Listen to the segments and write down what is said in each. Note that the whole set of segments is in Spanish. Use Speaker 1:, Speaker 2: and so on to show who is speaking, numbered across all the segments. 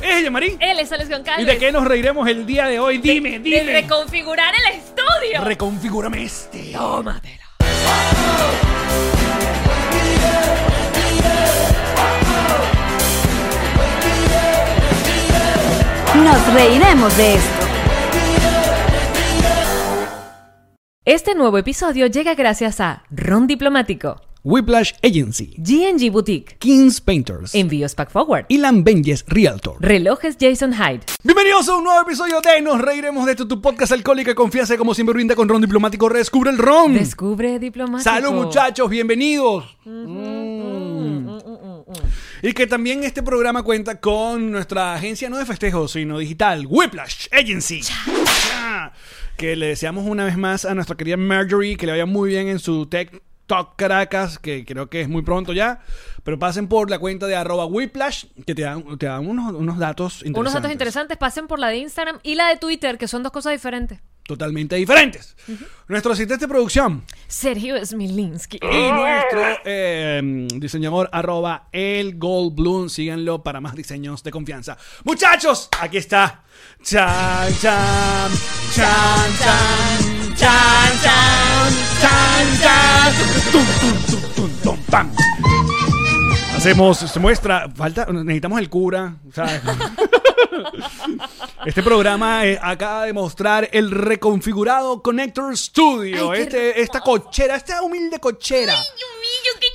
Speaker 1: Reyes Marín.
Speaker 2: Él es Alex
Speaker 1: ¿Y
Speaker 2: Goncalves.
Speaker 1: de qué nos reiremos el día de hoy? Dime,
Speaker 2: De-
Speaker 1: dime.
Speaker 2: De reconfigurar el estudio.
Speaker 1: Reconfigúrame este.
Speaker 2: Tómatelo.
Speaker 3: Nos reiremos de esto.
Speaker 2: Este nuevo episodio llega gracias a Ron Diplomático,
Speaker 1: Whiplash Agency,
Speaker 2: GNG Boutique,
Speaker 1: Kings Painters,
Speaker 2: Envíos Pack Forward,
Speaker 1: Ilan Benjes Realtor.
Speaker 2: Relojes Jason Hyde,
Speaker 1: Bienvenidos a un nuevo episodio de Nos Reiremos de esto, tu podcast alcohólica confianza, como siempre brinda con Ron Diplomático. Redescubre el Ron.
Speaker 2: Descubre Diplomático.
Speaker 1: Salud, muchachos, bienvenidos. Mm. Y que también este programa cuenta con nuestra agencia no de festejos, sino digital, Whiplash Agency. Ah, Que le deseamos una vez más a nuestra querida Marjorie que le vaya muy bien en su Tech Talk Caracas, que creo que es muy pronto ya. Pero pasen por la cuenta de arroba Whiplash, que te dan, te dan unos, unos datos interesantes.
Speaker 2: Unos datos interesantes, pasen por la de Instagram y la de Twitter, que son dos cosas diferentes.
Speaker 1: Totalmente diferentes. Nuestro asistente de producción,
Speaker 2: Sergio Smilinski.
Speaker 1: Y nuestro eh, diseñador arroba el Goldblum. Síganlo para más diseños de confianza. Muchachos, aquí está. Chan, chan, chan, chan, chan, chan, chan, chan. Tum, tum, tum, tum, tum, pam. Hacemos, se muestra, falta, necesitamos el cura, ¿sabes? Este programa eh, acaba de mostrar el reconfigurado Connector Studio.
Speaker 2: Ay, qué
Speaker 1: este, esta cochera, esta humilde cochera
Speaker 2: Humillo, qué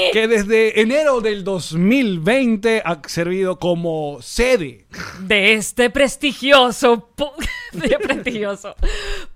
Speaker 2: ñiñi.
Speaker 1: que desde enero del 2020 ha servido como sede.
Speaker 2: De este prestigioso, po- de prestigioso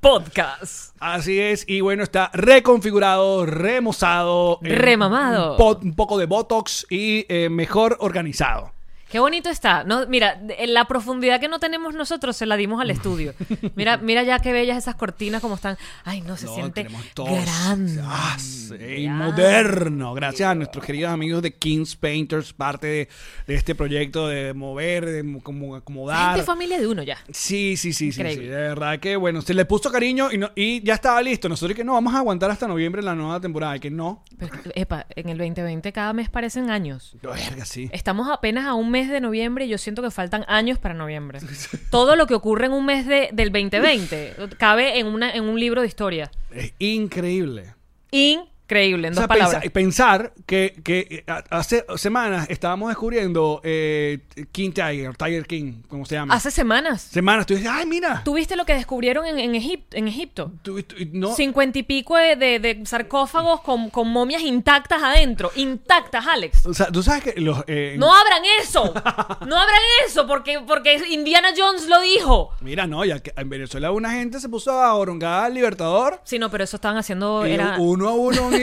Speaker 2: podcast.
Speaker 1: Así es, y bueno, está reconfigurado, remozado, eh,
Speaker 2: Remamado.
Speaker 1: po- un poco de Botox y eh, mejor organizado.
Speaker 2: Qué bonito está. No, mira, de- la profundidad que no tenemos nosotros se la dimos al estudio. Mira, mira ya qué bellas esas cortinas como están. Ay, no se
Speaker 1: No,
Speaker 2: siente
Speaker 1: tenemos todos-
Speaker 2: grande.
Speaker 1: Ah, sí, moderno. Gracias a nuestros queridos amigos de Kings Painters, parte de, de este proyecto de mover, de mo- como acomodar.
Speaker 2: Gente familia de uno ya.
Speaker 1: Sí, sí, sí, sí, sí,
Speaker 2: Increíble.
Speaker 1: De verdad que bueno, se le puso cariño y, no- y ya estaba listo. Nosotros que no, vamos a aguantar hasta noviembre la nueva temporada. y Que no.
Speaker 2: Pero, epa, en el 2020 cada mes parecen años.
Speaker 1: Verga, sí.
Speaker 2: Estamos apenas a un mes de noviembre y yo siento que faltan años para noviembre. Todo lo que ocurre en un mes de- del 2020 cabe en, una, en un libro de historia.
Speaker 1: Es increíble.
Speaker 2: Increíble, en
Speaker 1: O
Speaker 2: dos
Speaker 1: sea,
Speaker 2: palabras.
Speaker 1: pensa- pensar que, que, eh, a- hace semanas estábamos descubriendo eh, King Tiger, Tiger King, como se llama.
Speaker 2: Hace semanas.
Speaker 1: semanas tú dices, ay, mira.
Speaker 2: ¿Tú viste lo que descubrieron en, en Egip- en Egipto?
Speaker 1: Tú- tú- no,
Speaker 2: Cincuenta y pico de, de- de sarcófagos con, con momias intactas adentro. Intactas, Alex.
Speaker 1: O sea, tú sabes que los. eh,
Speaker 2: No abran eso. No abran eso porque, porque Indiana Jones lo dijo.
Speaker 1: Mira, no, ya que en Venezuela una gente se puso a orongar al Libertador.
Speaker 2: Sí, no, pero eso estaban haciendo...
Speaker 1: y uh.
Speaker 2: Era,
Speaker 1: uno a uno unidos.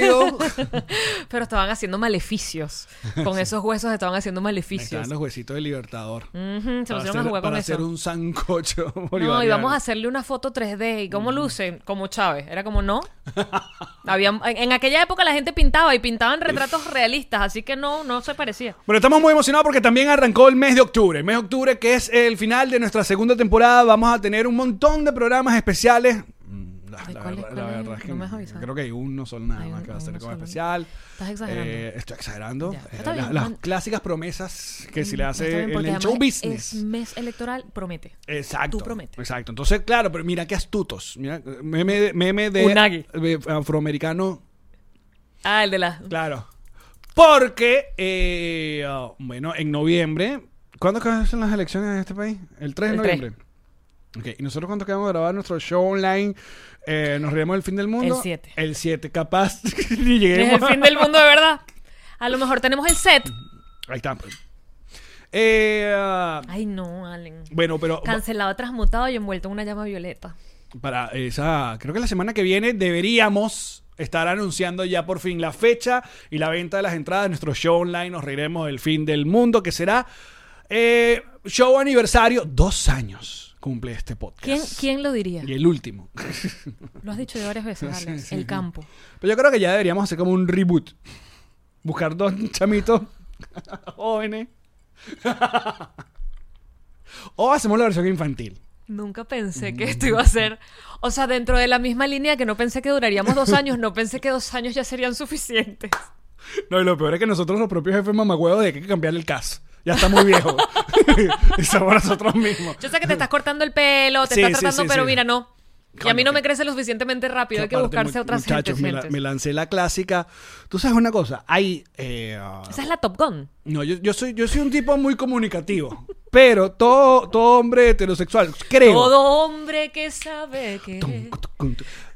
Speaker 2: pero estaban haciendo maleficios. Con esos huesos estaban haciendo maleficios.
Speaker 1: Estaban los huesitos del Libertador.
Speaker 2: Ujú, se
Speaker 1: Para
Speaker 2: pusieron a
Speaker 1: hacer-
Speaker 2: jugar con
Speaker 1: para hacer
Speaker 2: eso.
Speaker 1: un sancocho
Speaker 2: No, y
Speaker 1: bolivariano.
Speaker 2: vamos a hacerle una foto 3D. ¿Y cómo lucen? Como Chávez. Era como, no. Había, en, en aquella época la gente pintaba y pintaban retratos realistas, así que no, no se parecía.
Speaker 1: Bueno, estamos muy emocionados porque también arrancó el mes de octubre. El mes de octubre, que es el final de nuestra segunda temporada, vamos a tener un montón de programas especiales. Mm, La,
Speaker 2: Ay,
Speaker 1: la
Speaker 2: ¿cuál es-
Speaker 1: verdad,
Speaker 2: cuál
Speaker 1: la
Speaker 2: es?
Speaker 1: verdad es que
Speaker 2: No me has avisado.
Speaker 1: creo que hay uno solo nada
Speaker 2: Hay
Speaker 1: más
Speaker 2: un-
Speaker 1: que va a ser
Speaker 2: uno
Speaker 1: como
Speaker 2: solo.
Speaker 1: especial.
Speaker 2: Estás exagerando.
Speaker 1: Eh, estoy exagerando.
Speaker 2: Ya,
Speaker 1: Eh,
Speaker 2: está bien,
Speaker 1: la- las
Speaker 2: man.
Speaker 1: clásicas promesas que se le
Speaker 2: Mm, está
Speaker 1: hace
Speaker 2: bien,
Speaker 1: en
Speaker 2: porque
Speaker 1: el show
Speaker 2: además
Speaker 1: business.
Speaker 2: Es mes electoral, promete.
Speaker 1: Exacto.
Speaker 2: Tú prometes.
Speaker 1: Exacto. Entonces, claro, pero mira qué astutos. Mira, meme, de- meme de
Speaker 2: Unagi.
Speaker 1: de afroamericano
Speaker 2: Ah, el de la.
Speaker 1: Claro. Porque, eh, ah, bueno, en noviembre. ¿Cuándo que son las elecciones en este país? El 3 de
Speaker 2: El
Speaker 1: noviembre. Ok, ¿y nosotros cuándo quedamos a grabar nuestro show online? Eh, ¿Nos reiremos del fin del mundo?
Speaker 2: El 7.
Speaker 1: El 7, capaz. ni
Speaker 2: Es el
Speaker 1: lleguemos.
Speaker 2: fin del mundo de verdad. A lo mejor tenemos el set.
Speaker 1: Ahí está. pues. Eh, ah,
Speaker 2: Ay, no, Allen.
Speaker 1: bueno, pero
Speaker 2: Cancelado, transmutado y envuelto en una llama violeta.
Speaker 1: para esa. Creo que la semana que viene deberíamos estar anunciando ya por fin la fecha y la venta de las entradas de nuestro show online. Nos reiremos del fin del mundo, que será eh, show aniversario. Dos años cumple este podcast.
Speaker 2: ¿Quién, quién lo diría?
Speaker 1: Y el último.
Speaker 2: Lo has dicho ya varias veces,
Speaker 1: Sí,
Speaker 2: Alex.
Speaker 1: sí.
Speaker 2: El campo.
Speaker 1: Pero yo creo que ya deberíamos hacer como un reboot. Buscar dos chamitos jóvenes. o hacemos la versión infantil.
Speaker 2: Nunca pensé que esto
Speaker 1: Mm.
Speaker 2: iba a ser. O sea, dentro de la misma línea que no pensé que duraríamos dos años, no pensé que dos años ya serían suficientes.
Speaker 1: No, y lo peor es que nosotros los propios jefes mamagüeos de que hay que cambiar el caso. Ya está muy viejo. y somos nosotros mismos.
Speaker 2: Yo sé que te estás cortando el pelo, te
Speaker 1: Sí,
Speaker 2: estás
Speaker 1: sí,
Speaker 2: tratando,
Speaker 1: sí,
Speaker 2: pero
Speaker 1: sí.
Speaker 2: mira, no. Y a mí
Speaker 1: Coño,
Speaker 2: no
Speaker 1: que-
Speaker 2: me crece lo suficientemente rápido. Hay que
Speaker 1: Aparte,
Speaker 2: buscarse
Speaker 1: mu-
Speaker 2: otras
Speaker 1: Muchachos,
Speaker 2: gentes.
Speaker 1: me, la-
Speaker 2: gentes.
Speaker 1: me lancé la clásica. Tú sabes una cosa, hay... eh, ah,
Speaker 2: Esa es la Top Gun.
Speaker 1: no, yo, yo soy, yo soy un tipo muy comunicativo. pero todo, todo hombre heterosexual, creo...
Speaker 2: Todo hombre que sabe que.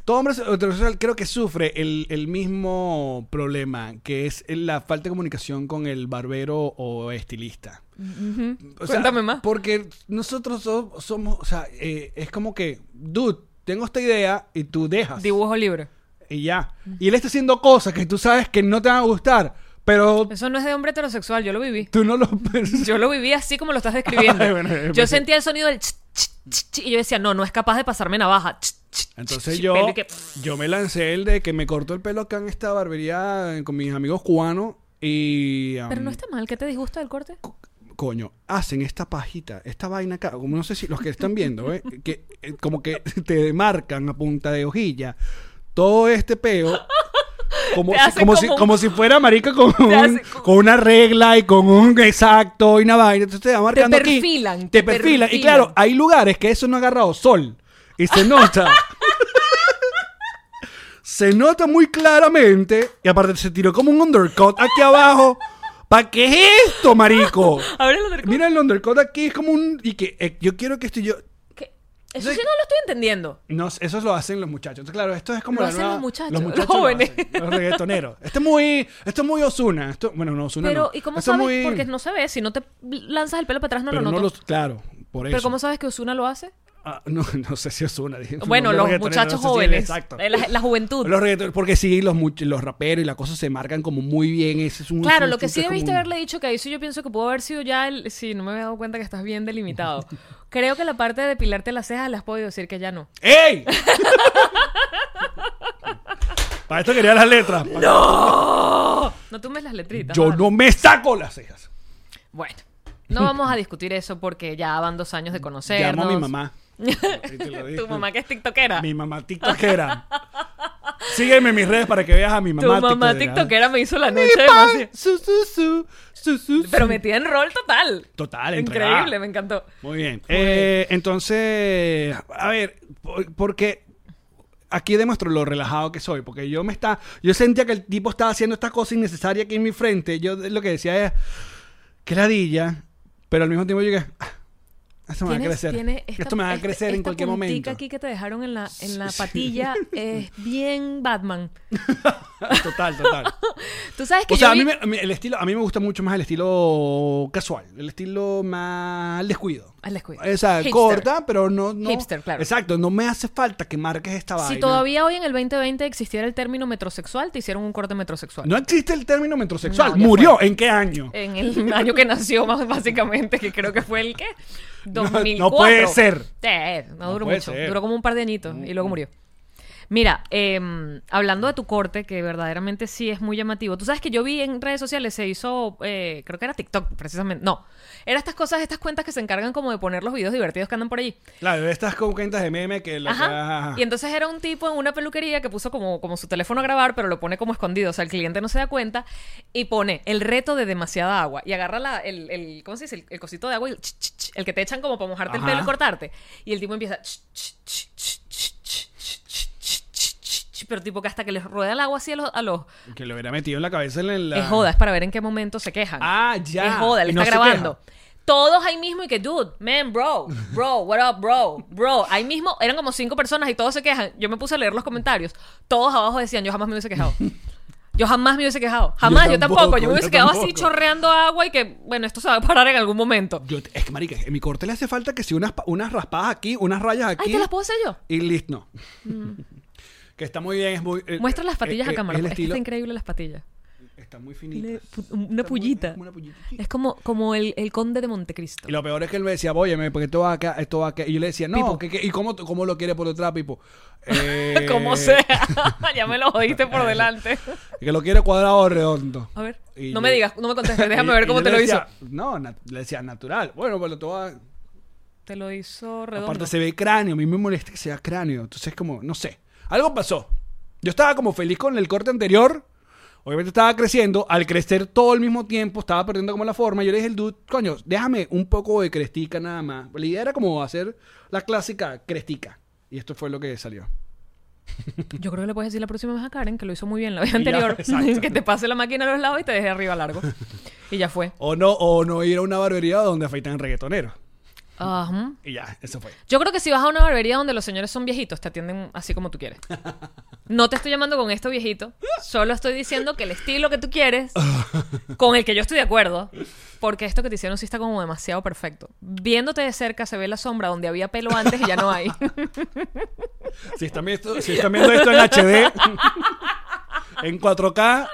Speaker 1: Todo hombre heterosexual creo que sufre el, el mismo problema, que es la falta de comunicación con el barbero o estilista. O sea,
Speaker 2: Cuéntame más.
Speaker 1: Porque nosotros so- somos, o sea, eh, es como que, dude, tengo esta idea y tú dejas.
Speaker 2: Dibujo libre.
Speaker 1: y ya. Y él está haciendo cosas que tú sabes que no te van a gustar, pero
Speaker 2: Eso no es de hombre heterosexual, yo lo viví.
Speaker 1: tú no lo percibes.
Speaker 2: Yo lo viví así como lo estás describiendo.
Speaker 1: Ay, bueno, eh,
Speaker 2: yo
Speaker 1: pues-
Speaker 2: sentía el sonido del ch, ch, ch, ch, y yo decía, no, no es capaz de pasarme navaja. Ch, ch, ch,
Speaker 1: Entonces
Speaker 2: ch,
Speaker 1: yo,
Speaker 2: pelo y que-
Speaker 1: yo me lancé el de que me cortó el pelo acá en esta barbería eh, con mis amigos cubanos y... um,
Speaker 2: Pero no está mal, ¿qué te disgusta del corte?
Speaker 1: coño, hacen esta pajita, esta vaina acá, como no sé si los que están viendo, ¿eh? que eh, como que te marcan a punta de hojilla todo este peo. Como,
Speaker 2: Te
Speaker 1: si-
Speaker 2: hacen
Speaker 1: como, si,
Speaker 2: como un-
Speaker 1: como si fuera marica con, un-
Speaker 2: hacen como-
Speaker 1: con una regla y con un exacto y una vaina. Entonces te va marcando aquí.
Speaker 2: perfilan,
Speaker 1: Te
Speaker 2: te
Speaker 1: perfilan. Y
Speaker 2: perfilan.
Speaker 1: claro, hay lugares que eso no ha agarrado sol. Y se nota. se nota muy claramente. Y aparte se tiró como un undercut aquí abajo. ¿Para qué es esto, marico?
Speaker 2: Ahora lo del-
Speaker 1: Mira el undercut aquí, es como un. Y que eh, yo quiero que esto y yo.
Speaker 2: ¿Qué? Eso sí no lo estoy entendiendo.
Speaker 1: No, eso lo hacen los muchachos. Entonces, claro, esto es como.
Speaker 2: Lo
Speaker 1: la
Speaker 2: hacen
Speaker 1: nueva-
Speaker 2: los muchachos,
Speaker 1: Los
Speaker 2: los
Speaker 1: muchachos. lo
Speaker 2: jóvenes.
Speaker 1: hacen, los reggaetoneros. Esto es muy. Esto es muy Osuna. Esto, bueno, no, Osuna.
Speaker 2: Pero,
Speaker 1: no.
Speaker 2: ¿y cómo
Speaker 1: Esto es
Speaker 2: sabes?
Speaker 1: muy-
Speaker 2: Porque no se ve. Si no te lanzas el pelo para atrás, no
Speaker 1: pero
Speaker 2: lo
Speaker 1: no
Speaker 2: noto.
Speaker 1: los. Claro, por eso.
Speaker 2: Pero, ¿cómo sabes que Osuna lo hace?
Speaker 1: Ah, no, no sé si Osuna. dije,
Speaker 2: Bueno,
Speaker 1: no,
Speaker 2: los
Speaker 1: reggaetoneros,
Speaker 2: muchachos
Speaker 1: no sé si-
Speaker 2: jóvenes.
Speaker 1: exacto.
Speaker 2: Eh, La, la juventud.
Speaker 1: Los reggaetoneros, porque sí, los, much- los raperos y la cosa se marcan como muy bien. Ese es un.
Speaker 2: Claro,
Speaker 1: es un
Speaker 2: lo que
Speaker 1: chute,
Speaker 2: sí
Speaker 1: es como
Speaker 2: debiste
Speaker 1: un-
Speaker 2: haberle dicho, que ahí sí yo pienso que pudo haber sido ya el... Sí, no me había dado cuenta que estás bien delimitado. Creo que la parte de depilarte las cejas las puedo decir que ya no.
Speaker 1: ¡Ey! Para esto quería las letras. pa-
Speaker 2: No tumes las letritas.
Speaker 1: Yo
Speaker 2: vale.
Speaker 1: no me saco las cejas.
Speaker 2: Bueno, no vamos a discutir eso porque ya van dos años de conocernos.
Speaker 1: Llamo a mi mamá. eh. Y te lo
Speaker 2: tu
Speaker 1: digo.
Speaker 2: mamá que es tiktokera.
Speaker 1: Mi mamá tiktokera. Sígueme en mis redes para que veas a mi
Speaker 2: tu
Speaker 1: mamá Ah.
Speaker 2: mamá, tiktokera me hizo la noche
Speaker 1: Mi pan,
Speaker 2: demasiado.
Speaker 1: su, su, su, su, su, su.
Speaker 2: Pero metida en rol total.
Speaker 1: Total, entregada.
Speaker 2: Increíble, me encantó.
Speaker 1: Muy bien. Eh, entonces, a ver, por- porque aquí demuestro lo relajado que soy, porque yo me está, yo sentía que el tipo estaba haciendo esta cosa innecesaria aquí en mi frente. Yo lo que decía es que ladilla, pero al mismo tiempo yo que "Ah, esto me va a
Speaker 2: Tienes-
Speaker 1: crecer.
Speaker 2: tiene esta-
Speaker 1: esto me va a
Speaker 2: este-
Speaker 1: crecer en
Speaker 2: esta
Speaker 1: cualquier
Speaker 2: puntica
Speaker 1: momento.
Speaker 2: aquí que te dejaron en la, en la patilla es bien Batman.
Speaker 1: Total, total.
Speaker 2: Tú sabes que
Speaker 1: O sea,
Speaker 2: yo
Speaker 1: a mí,
Speaker 2: vi-
Speaker 1: me- a mí el estilo, a mí me gusta mucho más el estilo casual, el estilo más al descuido.
Speaker 2: Al descuido.
Speaker 1: O sea,
Speaker 2: Ah, Hipster.
Speaker 1: corta, pero no, no.
Speaker 2: Hipster, claro.
Speaker 1: Exacto, no me hace falta que marques esta vaina.
Speaker 2: Si todavía hoy en el 2020 existiera el término metrosexual, te hicieron un corte metrosexual.
Speaker 1: No existe el término metrosexual.
Speaker 2: No, ya Eh,
Speaker 1: ¿Murió? ¿En qué año?
Speaker 2: En el año que nació, más básicamente, que creo que fue el que. 2004.
Speaker 1: no puede ser.
Speaker 2: Sí, no,
Speaker 1: No
Speaker 2: duró
Speaker 1: puede
Speaker 2: mucho.
Speaker 1: ser. Mm.
Speaker 2: Duró como un par de añitos y luego murió. Mira, eh, hablando de tu corte, que verdaderamente sí es muy llamativo. Tú sabes que yo vi en redes sociales, se hizo, eh, creo que era TikTok, precisamente. No, era estas cosas, estas cuentas que se encargan como de poner los videos divertidos que andan por allí.
Speaker 1: Claro, estas con cuentas de meme que la
Speaker 2: Ajá. Y entonces era un tipo en una peluquería que puso como, como su teléfono a grabar, pero lo pone como escondido. O sea, el cliente no se da cuenta y pone el reto de demasiada agua. Y agarra la, el, el- ¿cómo se dice? El, el cosito de agua y el, ch, ch, ch, el que te echan como para mojarte
Speaker 1: Ajá.
Speaker 2: el pelo y cortarte. Y el tipo empieza. ch, ch, ch, ch, ch, ch, ch, ch, ch, ch, ch, Pero tipo que hasta que les rueda el agua así a los. a los-
Speaker 1: que lo hubiera metido en la cabeza en la.
Speaker 2: Es joda, es para ver en qué momento se quejan.
Speaker 1: Ah, ya.
Speaker 2: Es joda,
Speaker 1: Y
Speaker 2: le
Speaker 1: no
Speaker 2: está
Speaker 1: se
Speaker 2: grabando. Todos ahí mismo y que, dude, man, bro, bro, what up, bro, bro. Ahí mismo eran como cinco personas y todos se quejan. Yo me puse a leer los comentarios. Todos abajo decían, yo jamás me hubiese quejado. Yo jamás me hubiese quejado. Jamás, yo tampoco.
Speaker 1: tampoco,
Speaker 2: Yo me hubiese
Speaker 1: yo
Speaker 2: quedado así
Speaker 1: tampoco.
Speaker 2: chorreando agua y que, bueno, esto se va a parar en algún momento.
Speaker 1: Yo, es que, marica, en mi corte le hace falta que si unas, pa- unas raspadas aquí, unas rayas aquí.
Speaker 2: Ay, ¿te las puedo hacer yo?
Speaker 1: Y listo. No. que está muy bien, es muy. eh,
Speaker 2: Muestra las
Speaker 1: eh,
Speaker 2: patillas
Speaker 1: eh,
Speaker 2: a cámara. pues,
Speaker 1: el
Speaker 2: Es que
Speaker 1: estilo-
Speaker 2: está increíble las patillas.
Speaker 1: Está muy finita.
Speaker 2: Le- pu- Una pullita.
Speaker 1: Una pullita.
Speaker 2: Es como, como el, el conde de Montecristo.
Speaker 1: Y lo peor es que él me decía, oye, porque esto va acá, esto va acá. Y yo le decía, no,
Speaker 2: Pipo.
Speaker 1: que- que- ¿y cómo, cómo lo quiere por detrás, Pipo? Eh,
Speaker 2: Como sea. ya me lo jodiste por delante.
Speaker 1: Que lo quiere cuadrado o redondo.
Speaker 2: A ver.
Speaker 1: Y
Speaker 2: no
Speaker 1: yo-
Speaker 2: me digas, no me contestes. Déjame
Speaker 1: Y-
Speaker 2: ver
Speaker 1: y
Speaker 2: cómo
Speaker 1: yo
Speaker 2: te
Speaker 1: le
Speaker 2: lo
Speaker 1: decía,
Speaker 2: hizo.
Speaker 1: No, na- le decía natural. Bueno, pues lo te va-
Speaker 2: Te lo hizo redondo.
Speaker 1: Aparte se ve cráneo, a mí me molesta que sea cráneo. Entonces, como, no sé. Algo pasó. Yo estaba como feliz con el corte anterior. Obviamente estaba creciendo, al crecer todo al mismo tiempo, estaba perdiendo como la forma. Yo le dije al dude, coño, déjame un poco de crestica nada más. La idea era como hacer la clásica crestica. Y esto fue lo que salió.
Speaker 2: Yo creo que le puedes decir la próxima vez a Karen que lo hizo muy bien la vez
Speaker 1: ya,
Speaker 2: anterior.
Speaker 1: exacto.
Speaker 2: que te pase la máquina a los lados y te deje arriba largo. Y ya fue.
Speaker 1: O no, o no ir a una barbería donde afeitan reggaetoneros.
Speaker 2: Ajá.
Speaker 1: Y ya, eso fue.
Speaker 2: Yo creo que si vas a una barbería donde los señores son viejitos, te atienden así como tú quieres. No te estoy llamando con esto viejito, solo estoy diciendo que el estilo que tú quieres, con el que yo estoy de acuerdo, porque esto que te hicieron sí está como demasiado perfecto. Viéndote de cerca se ve la sombra donde había pelo antes y ya no hay.
Speaker 1: Si están viendo esto, si están viendo esto en HD, en 4K,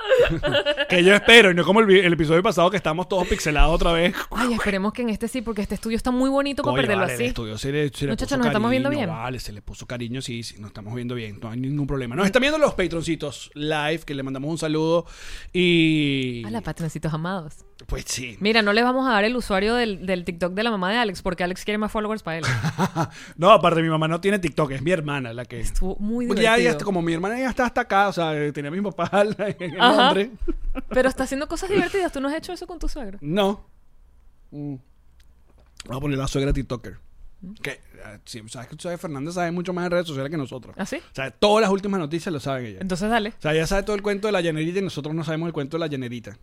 Speaker 1: que yo espero, y no como el, vi- el episodio pasado que estamos todos pixelados otra vez.
Speaker 2: Ay, esperemos que en este sí, porque este estudio está muy bonito para
Speaker 1: Coño,
Speaker 2: perderlo
Speaker 1: vale, el
Speaker 2: así.
Speaker 1: estudio se le, se le
Speaker 2: Muchachos,
Speaker 1: puso
Speaker 2: ¿nos estamos viendo
Speaker 1: cariño,
Speaker 2: bien?
Speaker 1: Vale, se le puso cariño, sí, sí, nos estamos viendo bien, no hay ningún problema. Nos están viendo los patroncitos live, que le mandamos un saludo y...
Speaker 2: A la patroncitos amados.
Speaker 1: Pues sí.
Speaker 2: Mira, no les vamos a dar el usuario del, del TikTok de la mamá de Alex, porque Alex quiere más followers para él.
Speaker 1: no, aparte mi mamá no tiene TikTok, es mi hermana la que...
Speaker 2: Estuvo muy divertido.
Speaker 1: Ya, ya, está- como mi hermana ya está hasta acá, o sea, tenía a mi papá en el
Speaker 2: Ajá.
Speaker 1: nombre.
Speaker 2: Pero está haciendo cosas divertidas. ¿Tú no has hecho eso con tu suegro?
Speaker 1: No.
Speaker 2: Mm.
Speaker 1: Vamos a poner la suegra TikToker. Que, eh, sí, sabes que tú sabes, Fernanda sabe mucho más en redes sociales que nosotros.
Speaker 2: ¿Ah, sí?
Speaker 1: O sea, todas las últimas noticias lo saben ella.
Speaker 2: Entonces dale.
Speaker 1: O sea, ella sabe todo el cuento de la llanerita y nosotros no sabemos el cuento de la llanerita.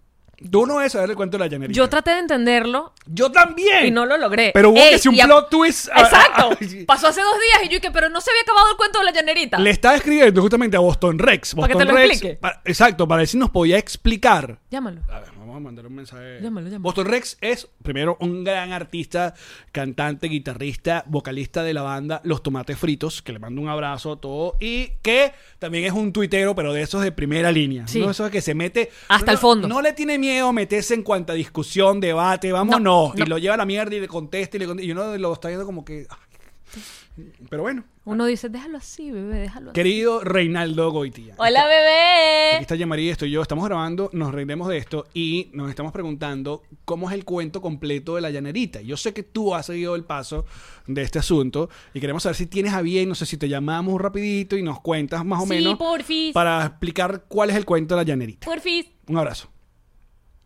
Speaker 1: Tú no debes saber el cuento de la llanerita.
Speaker 2: Yo traté de entenderlo
Speaker 1: Yo también.
Speaker 2: y no lo logré.
Speaker 1: Pero hubo
Speaker 2: Ey,
Speaker 1: que si un
Speaker 2: y a-
Speaker 1: plot twist. ah,
Speaker 2: Exacto.
Speaker 1: ah, ah,
Speaker 2: Pasó hace dos días y yo dije, pero no se había acabado el cuento de la llanerita.
Speaker 1: Le estaba escribiendo justamente a Boston Rex.
Speaker 2: Para que
Speaker 1: Boston
Speaker 2: te lo
Speaker 1: Rex.
Speaker 2: explique.
Speaker 1: para- exacto, para ver si nos podía explicar.
Speaker 2: Llámalo.
Speaker 1: A ver, vamos a mandar un mensaje.
Speaker 2: Llámalo, llámalo.
Speaker 1: Boston Rex es, primero, un gran artista, cantante, guitarrista, vocalista de la banda Los Tomates Fritos, que le mando un abrazo a todo, y que también es un tuitero, pero de esos de primera línea.
Speaker 2: Sí.
Speaker 1: No esos que se mete...
Speaker 2: Hasta
Speaker 1: no-
Speaker 2: el fondo.
Speaker 1: No le tiene miedo meterse en cuanta discusión, debate, vamos, no.
Speaker 2: No,
Speaker 1: Y
Speaker 2: no.
Speaker 1: lo lleva a la mierda y le contesta y le contesta, y uno lo está viendo como que... ay. Pero bueno.
Speaker 2: Uno dice, déjalo así, bebé, déjalo así.
Speaker 1: Querido Reinaldo Goitía.
Speaker 2: Hola,
Speaker 1: Aquí
Speaker 2: bebé.
Speaker 1: está Yamari, estoy yo. Estamos grabando, nos reiremos de esto y nos estamos preguntando cómo es el cuento completo de la llanerita. Yo sé que tú has seguido el paso de este asunto y queremos saber si tienes a bien, no sé si te llamamos rapidito y nos cuentas más o
Speaker 2: Sí, pues,
Speaker 1: menos
Speaker 2: porfis.
Speaker 1: para explicar cuál es el cuento de la llanerita.
Speaker 2: Porfis.
Speaker 1: Un abrazo.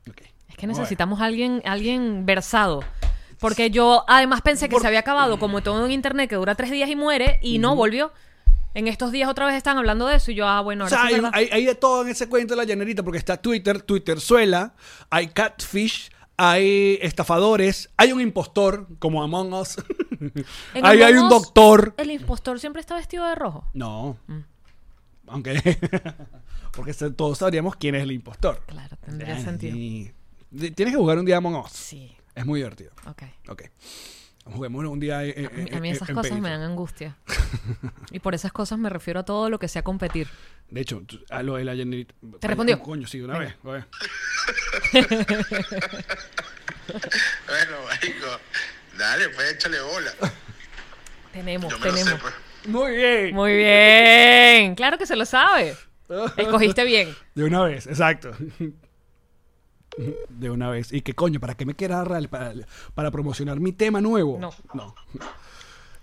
Speaker 1: Ok.
Speaker 2: Es que necesitamos a alguien, alguien versado. Porque yo además pensé que se había acabado, como todo en internet, que dura tres días y muere, y no volvió. En estos días otra vez están hablando de eso y yo, ah, bueno,
Speaker 1: O
Speaker 2: ahora
Speaker 1: sea,
Speaker 2: sí es
Speaker 1: hay,
Speaker 2: verdad.
Speaker 1: hay- hay de todo en ese cuento de la llanerita, porque está Twitter, Twitter suela, hay catfish, hay estafadores, hay un impostor como Among Us,
Speaker 2: En
Speaker 1: ahí hay
Speaker 2: Among
Speaker 1: un
Speaker 2: Us,
Speaker 1: doctor.
Speaker 2: El impostor siempre está vestido de rojo.
Speaker 1: No.
Speaker 2: Mm.
Speaker 1: Aunque. porque se- todos sabríamos quién es el impostor.
Speaker 2: Claro, tendría
Speaker 1: Ay,
Speaker 2: sentido.
Speaker 1: de- Tienes que jugar un día Among Us.
Speaker 2: Sí,
Speaker 1: Es muy divertido.
Speaker 2: ok.
Speaker 1: Ok. Juguemos un día. eh, eh,
Speaker 2: A mí, a
Speaker 1: eh,
Speaker 2: mí
Speaker 1: eh,
Speaker 2: esas
Speaker 1: en
Speaker 2: cosas me
Speaker 1: pedito.
Speaker 2: dan angustia. Y por esas cosas me refiero a todo lo que sea competir.
Speaker 1: De hecho, tú- a lo de la Janet-
Speaker 2: ¿Te respondió?
Speaker 1: Coño, sí, una vez. una vez.
Speaker 4: Bueno, marico, dale, pues échale bola.
Speaker 2: Tenemos,
Speaker 4: Yo me lo sé,
Speaker 2: tenemos.
Speaker 4: pues.
Speaker 1: Muy bien.
Speaker 2: Muy bien. Claro que se lo sabe. Escogiste bien.
Speaker 1: De una vez, exacto. De una vez. ¿Y qué coño? ¿Para qué me quieras agarrar? ¿Para, para promocionar mi tema nuevo?
Speaker 2: No.
Speaker 1: No.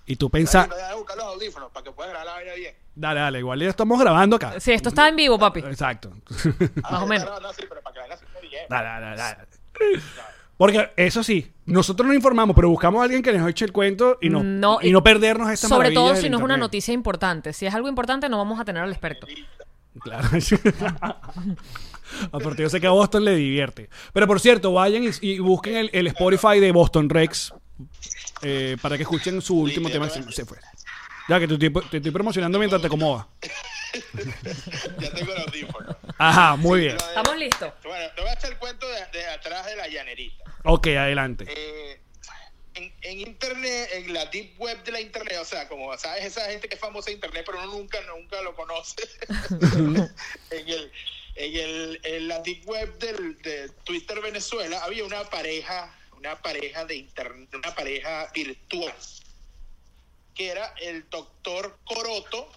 Speaker 1: Y tú pensás.
Speaker 4: Marico, pues, Deja de buscar los audífonos para que puedas grabar la vaina bien.
Speaker 1: Dale, dale, igual ya estamos grabando acá.
Speaker 2: Sí, esto está en vivo, papi.
Speaker 1: Exacto.
Speaker 4: Ah,
Speaker 2: Más o
Speaker 4: sí,
Speaker 2: menos.
Speaker 4: claro, No, sí, pero para que la hagas súper bien.
Speaker 1: Dale, dale, dale. Porque eso sí, nosotros nos informamos, pero buscamos a alguien que nos eche el cuento y no,
Speaker 2: No,
Speaker 1: y no perdernos esta
Speaker 2: Sobre
Speaker 1: maravilla
Speaker 2: todo
Speaker 1: del
Speaker 2: si no es una
Speaker 1: internet.
Speaker 2: noticia importante. Si es algo importante, no vamos a tener al experto.
Speaker 1: Claro. Aparte, yo sé que a Boston le divierte. Pero por cierto, vayan y, y busquen el, el Spotify de Boston Rex eh, para que escuchen su último tema. Se, se fue. Ya que te, estoy- te estoy promocionando mientras te acomodas.
Speaker 4: Ya tengo los audífonos.
Speaker 1: Ajá, muy bien.
Speaker 4: Lo de-
Speaker 2: Estamos listos.
Speaker 4: Bueno, te voy a hacer el cuento de, de atrás de la llanerita.
Speaker 1: Ok, adelante.
Speaker 4: Eh, en, en internet, en la deep web de la internet, o sea, como sabes, esa gente que es famosa en internet, pero uno nunca, nunca lo conoce. en, el, en, el, en la deep web del, de Twitter Venezuela había una pareja, una pareja de internet, una pareja virtual, que era el doctor Coroto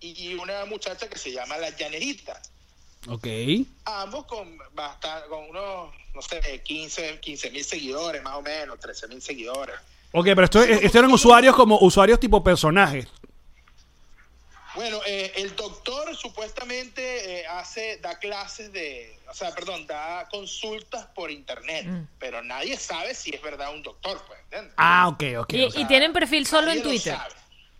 Speaker 4: y una muchacha que se llama La Llanerita
Speaker 1: Ok.
Speaker 4: ambos con bastante, con unos, no sé, 15 mil seguidores, más o menos, 13 mil seguidores.
Speaker 1: Ok, pero esto, esto eran usuarios como usuarios tipo personajes.
Speaker 4: Bueno, eh, el doctor supuestamente eh, hace, da clases de, o sea, perdón, da consultas por internet,
Speaker 2: Mm.
Speaker 4: pero nadie sabe si es verdad un doctor, pues, ¿entiendes?
Speaker 1: Ah, ok, ok.
Speaker 2: Y,
Speaker 1: o sea,
Speaker 2: y tienen perfil solo
Speaker 4: Nadie
Speaker 2: en
Speaker 4: lo
Speaker 2: Twitter.
Speaker 4: sabe.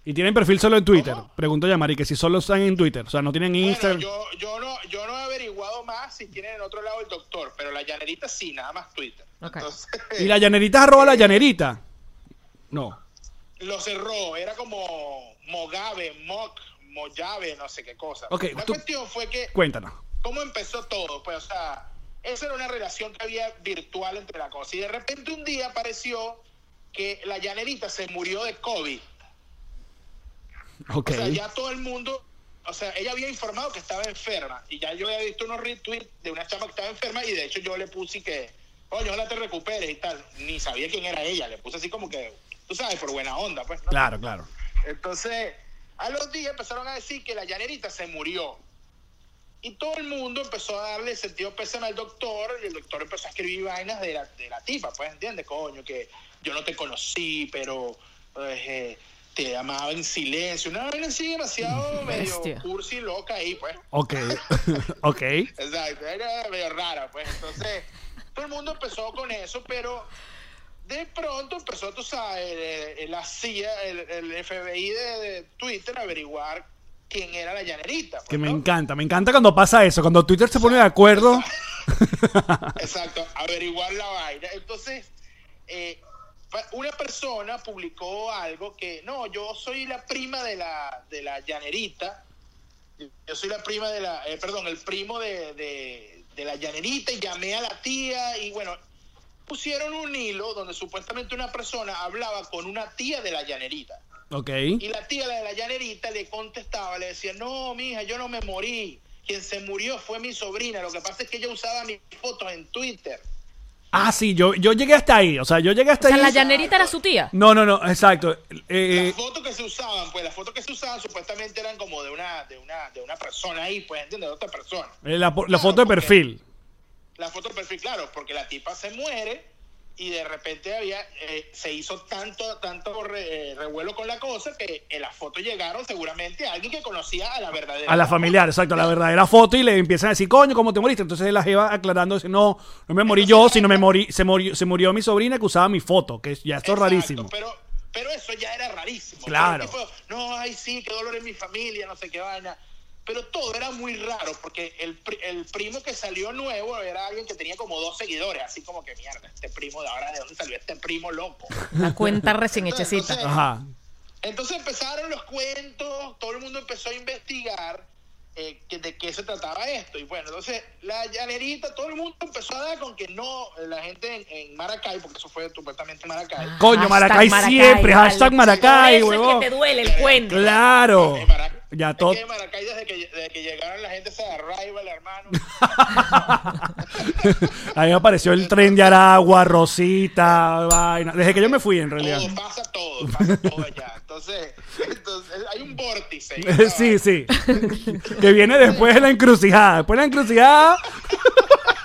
Speaker 1: y tienen perfil solo en Twitter.
Speaker 4: ¿Cómo?
Speaker 1: Pregunto a Yamari que si solo están en Twitter. O sea, no tienen
Speaker 4: Bueno,
Speaker 1: Instagram.
Speaker 4: yo, yo, no, yo no he averiguado más si tienen en otro lado el doctor, pero la llanerita sí, nada más Twitter.
Speaker 2: Ok.
Speaker 4: Entonces,
Speaker 1: Y la llanerita arroba
Speaker 4: eh,
Speaker 1: la llanerita. No.
Speaker 4: lo cerró, era como Mogabe, Moc, Moyave, no sé qué cosa.
Speaker 1: Ok,
Speaker 4: la
Speaker 1: tú-
Speaker 4: cuestión fue que
Speaker 1: Cuéntanos.
Speaker 4: ¿Cómo empezó todo? Pues, o sea, esa era una relación que había virtual entre la cosa. Y de repente un día apareció que la llanerita se murió de COVID.
Speaker 1: Ok.
Speaker 4: O sea, ya todo el mundo, o sea, ella había informado que estaba enferma. Y ya yo había visto unos retweets de una chama que estaba enferma. Y de hecho yo le puse que, oye, ojalá te recuperes y tal. Ni sabía quién era ella. Le puse así como que, tú sabes, por buena onda, pues. ¿no?
Speaker 1: Claro, claro.
Speaker 4: Entonces, a los días empezaron a decir que la llanerita se murió. Y todo el mundo empezó a darle sentido pésame al doctor, y el doctor empezó a escribir vainas de la, de la tipa, pues, ¿entiendes? Coño, que yo no te conocí, pero pues, eh, te amaba en silencio. Una vaina así demasiado medio
Speaker 2: Bestia.
Speaker 4: cursi y loca ahí, pues.
Speaker 1: Ok. ok.
Speaker 4: Exacto, era medio rara, pues. Entonces, todo el mundo empezó con eso, pero de pronto empezó, tú sabes, el- el- la CIA, el, el FBI de, de Twitter a averiguar quién era la llanerita. pues,
Speaker 1: Que me
Speaker 4: ¿no?
Speaker 1: encanta. Me encanta cuando pasa eso. Cuando Twitter se pone de acuerdo.
Speaker 4: Exacto, averiguar la vaina. Entonces, eh, pa- una persona publicó algo que, no, yo soy la prima de la, de la llanerita. Yo soy la prima de la, eh, perdón, el primo de, de, de la llanerita y llamé a la tía y bueno, pusieron un hilo donde supuestamente una persona hablaba con una tía de la llanerita.
Speaker 1: Ok.
Speaker 4: Y la tía, la de la llanerita, le contestaba, le decía, no, mija, yo no me morí. Quien se murió fue mi sobrina. Lo que pasa es que ella usaba mis fotos en Twitter.
Speaker 1: Ah, sí. Yo, yo llegué hasta ahí. O sea, yo llegué hasta
Speaker 2: O sea, la
Speaker 1: ahí.
Speaker 2: llanerita era su tía.
Speaker 1: No, no, no. Exacto. Eh,
Speaker 4: Las fotos que se usaban, pues las fotos que se usaban supuestamente eran como de una, de una, de una persona ahí, pues, ¿entiendes? De otra persona.
Speaker 1: eh, la, la foto de
Speaker 4: porque-
Speaker 1: perfil.
Speaker 4: La foto de perfil, claro, porque la tipa se muere y de repente había, eh, se hizo tanto, tanto re- eh, revuelo con la cosa que en las fotos llegaron seguramente a alguien que conocía a la verdadera.
Speaker 1: A la familiar, exacto, a la verdadera foto y le empiezan a decir, coño, ¿cómo te moriste? Entonces la jeva aclarando, dice, no, no me morí yo, sino me morí, se murió, se murió mi sobrina que usaba mi foto, que ya esto es
Speaker 4: Exacto,
Speaker 1: rarísimo.
Speaker 4: Pero, pero eso ya era rarísimo.
Speaker 1: Claro.
Speaker 4: Pero tipo, no, ay, sí, qué dolor en mi familia, no sé qué vaina. Pero todo era muy raro porque el, pri- el primo que salió nuevo era alguien que tenía como dos seguidores, así como que mierda, este primo de ahora, ¿de dónde salió este primo loco?
Speaker 2: La cuenta recién
Speaker 4: Entonces,
Speaker 2: hechecita.
Speaker 4: entonces,
Speaker 1: Ajá.
Speaker 4: entonces empezaron los cuentos, todo el mundo empezó a investigar eh, que- de qué se trataba esto. Y bueno, entonces la llanerita, todo el mundo empezó a dar con que no, la gente en, en Maracay, porque eso fue supuestamente en Maracay.
Speaker 1: Coño,
Speaker 2: Hashtag
Speaker 1: Maracay siempre,
Speaker 2: vale.
Speaker 1: hashtag Maracay,
Speaker 2: Por eso es
Speaker 1: huevón.
Speaker 2: que te duele el cuento.
Speaker 1: Claro.
Speaker 4: En Maracay.
Speaker 1: Ya
Speaker 4: Es
Speaker 1: todo.
Speaker 4: que en Maracay, desde que, desde que llegaron la gente se de Rival, hermano.
Speaker 1: Ahí apareció el tren de Aragua, Rosita, vaina. Desde que yo me fui, en realidad.
Speaker 4: todo pasa todo, pasa todo allá. Entonces, entonces hay un vórtice. ahí, ¿sabes?
Speaker 1: Sí, sí. Que viene después de la encrucijada. Después de la encrucijada.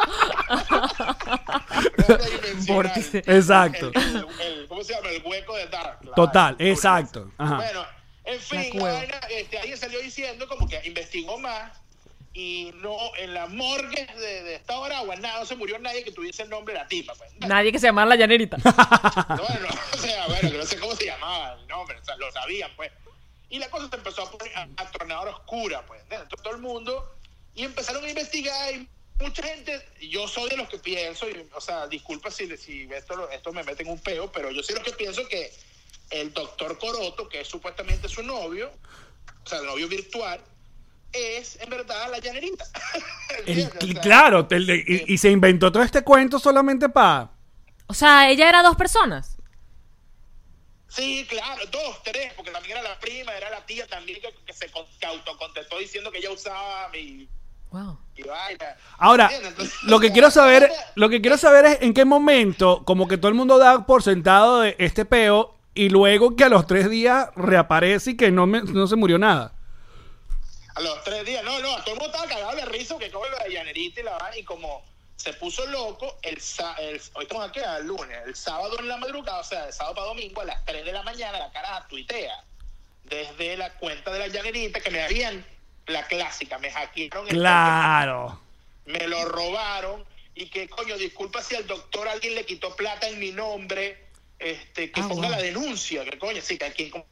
Speaker 4: Una dimensional.
Speaker 2: Vórtice.
Speaker 1: Exacto.
Speaker 4: El- el- el- ¿Cómo se llama? El hueco de Dark. la
Speaker 1: Total,
Speaker 4: vaina.
Speaker 1: exacto. Ajá.
Speaker 4: Bueno, en fin,
Speaker 2: La cueva.
Speaker 4: la vaina, este, alguien salió diciendo como que investigó más y no en la morgue de, de Estado de Aragua nada, no se murió nadie que tuviese el nombre de la tipa. pues.
Speaker 2: Nadie que se llamara la llanerita.
Speaker 4: Bueno, o sea, bueno, que no sé cómo se llamaba el nombre, o sea, lo sabían, pues. Y la cosa se empezó a poner a, a tornar oscura, pues, ¿entiendes? Entonces, todo el mundo, y empezaron a investigar, y mucha gente, yo soy de los que pienso, y, o sea, disculpa si, si esto, lo- esto me mete en un peo, pero yo soy de los que pienso que el doctor Coroto, que es supuestamente su novio, o sea, el novio virtual, es en verdad la llanerita.
Speaker 1: El-
Speaker 4: ¿Entiendes? O sea,
Speaker 1: claro, el de- y, y se inventó todo este cuento solamente para.
Speaker 2: O sea, ella era dos personas.
Speaker 4: Sí, claro, dos, tres, porque también era la prima, era la tía también que, que se con- que autocontestó diciendo que ella usaba mi,
Speaker 2: Wow.
Speaker 4: mi vaina.
Speaker 1: Ahora,
Speaker 4: ¿Entiendes? Entonces,
Speaker 1: lo que
Speaker 4: o sea,
Speaker 1: quiero saber,
Speaker 4: o sea,
Speaker 1: lo que quiero saber es en qué momento, como que todo el mundo da por sentado de este peo, y luego que a los tres días reaparece y que no, me- no se murió nada.
Speaker 4: A los tres días, no, no, todo el mundo estaba cagado de risa que como la llanerita y la vaina, y como se puso loco, el, sa- el- hoy estamos aquí al lunes, el sábado en la madrugada, o sea, de sábado para domingo a las 3 de la mañana, la cara tuitea desde la cuenta de la llanerita que me habían la clásica, me hackearon. el
Speaker 1: Claro.
Speaker 4: me lo robaron y que coño, disculpa si al doctor alguien le quitó plata en mi nombre, este, que
Speaker 2: Ah,
Speaker 4: ponga
Speaker 2: wow.
Speaker 4: la denuncia, que coño, sí, que aquí cómo,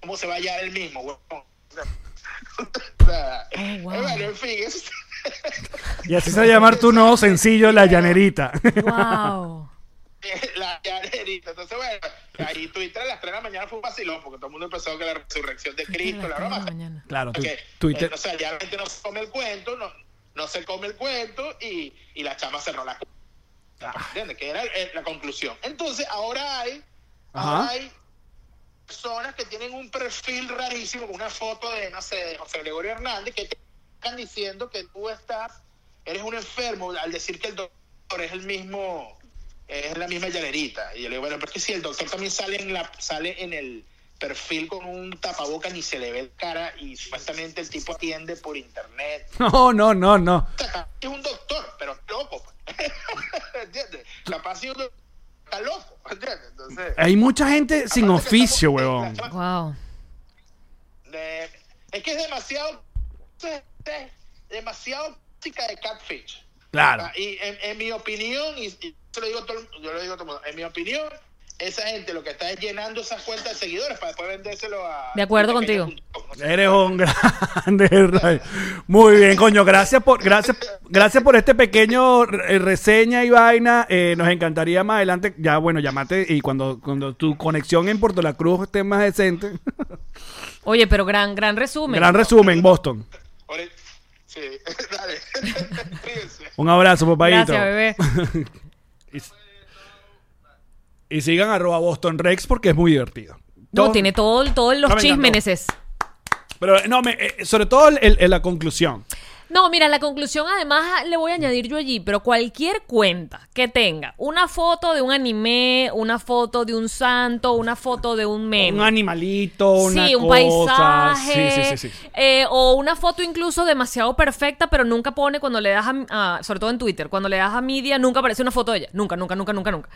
Speaker 4: cómo se va a hallar el mismo, huevón. O sea, eh,
Speaker 2: Oh, wow.
Speaker 4: Bueno, en fin, eso
Speaker 1: Y así se va a llamar tu nuevo sencillo, La Llanerita.
Speaker 2: ¡Wow!
Speaker 4: es la llanerita. Entonces, bueno, ahí Twitter a las 3 de la mañana fue un vacilón, porque todo el mundo empezó que la resurrección de Cristo, la broma.
Speaker 2: mañana.
Speaker 1: Claro, tu-
Speaker 4: Porque,
Speaker 1: Twitter.
Speaker 4: eh, o sea, ya la gente no se come el cuento, no, no se come el cuento y, y la chama cerró la cuenta. ¿Entiendes? Que era eh, la conclusión. Entonces, ahora hay,
Speaker 1: Ajá.
Speaker 4: ahora hay personas que tienen un perfil rarísimo con una foto de, no sé, de José Gregorio Hernández que te están diciendo que tú estás, eres un enfermo al decir que el doctor es el mismo, es la misma llanerita. Y yo le digo, bueno, pero es que si el doctor también sale en, la, sale en el perfil con un tapaboca ni se le ve el cara y supuestamente el tipo atiende por internet.
Speaker 1: No, no, no, no.
Speaker 4: Es un doctor, pero es loco. pues. ¿Entiendes? Capaz si un doctor está loco. ¿Entiendes? Entonces...
Speaker 1: Hay mucha gente sin
Speaker 4: Aparte que
Speaker 1: oficio,
Speaker 4: estamos-
Speaker 1: huevón.
Speaker 4: la chama-
Speaker 2: ¡Wow!
Speaker 4: de- es que es demasiado. es demasiado chica de catfish.
Speaker 1: Claro.
Speaker 4: Ah, Y en, en mi opinión, y, y yo lo digo a todo, el- yo lo digo a todo el mundo, en mi opinión, esa gente lo que está es llenando esas cuentas de seguidores para después vendérselo a.
Speaker 2: De acuerdo
Speaker 4: a pequeños
Speaker 2: contigo.
Speaker 4: puntos, no sé.
Speaker 1: Eres un grande, Ray. Muy bien, coño. Gracias por, gracias, gracias por este pequeño eh, reseña y vaina. Eh, nos encantaría más adelante. Ya, bueno, llamate y cuando, cuando tu conexión en Puerto La Cruz esté más decente.
Speaker 2: Oye, pero gran, gran resumen.
Speaker 1: Gran resumen, Boston.
Speaker 4: Ahora- Sí, dale. Ríense.
Speaker 1: Un abrazo, papadito.
Speaker 2: Gracias, bebé.
Speaker 1: Y sigan arroba Boston Rex porque es muy divertido.
Speaker 2: No,
Speaker 1: Todo-
Speaker 2: tiene todo, todos
Speaker 1: No,
Speaker 2: los
Speaker 1: me encantó.
Speaker 2: chismeneses.
Speaker 1: Pero eh, no, me, eh, sobre todo el- el- la conclusión.
Speaker 2: No, mira, la conclusión además le
Speaker 1: Mm.
Speaker 2: voy a añadir yo allí, pero cualquier cuenta que tenga una foto de un anime, una foto de un santo, una foto de un meme.
Speaker 1: Un animalito, una
Speaker 2: sí, un
Speaker 1: cosa.
Speaker 2: paisaje.
Speaker 1: Sí, sí, sí, sí.
Speaker 2: eh, o una foto incluso demasiado perfecta, pero nunca pone cuando le das a, a- Sobre todo en Twitter, cuando le das a media, nunca aparece una foto de ella. Nunca, nunca, nunca, nunca, nunca.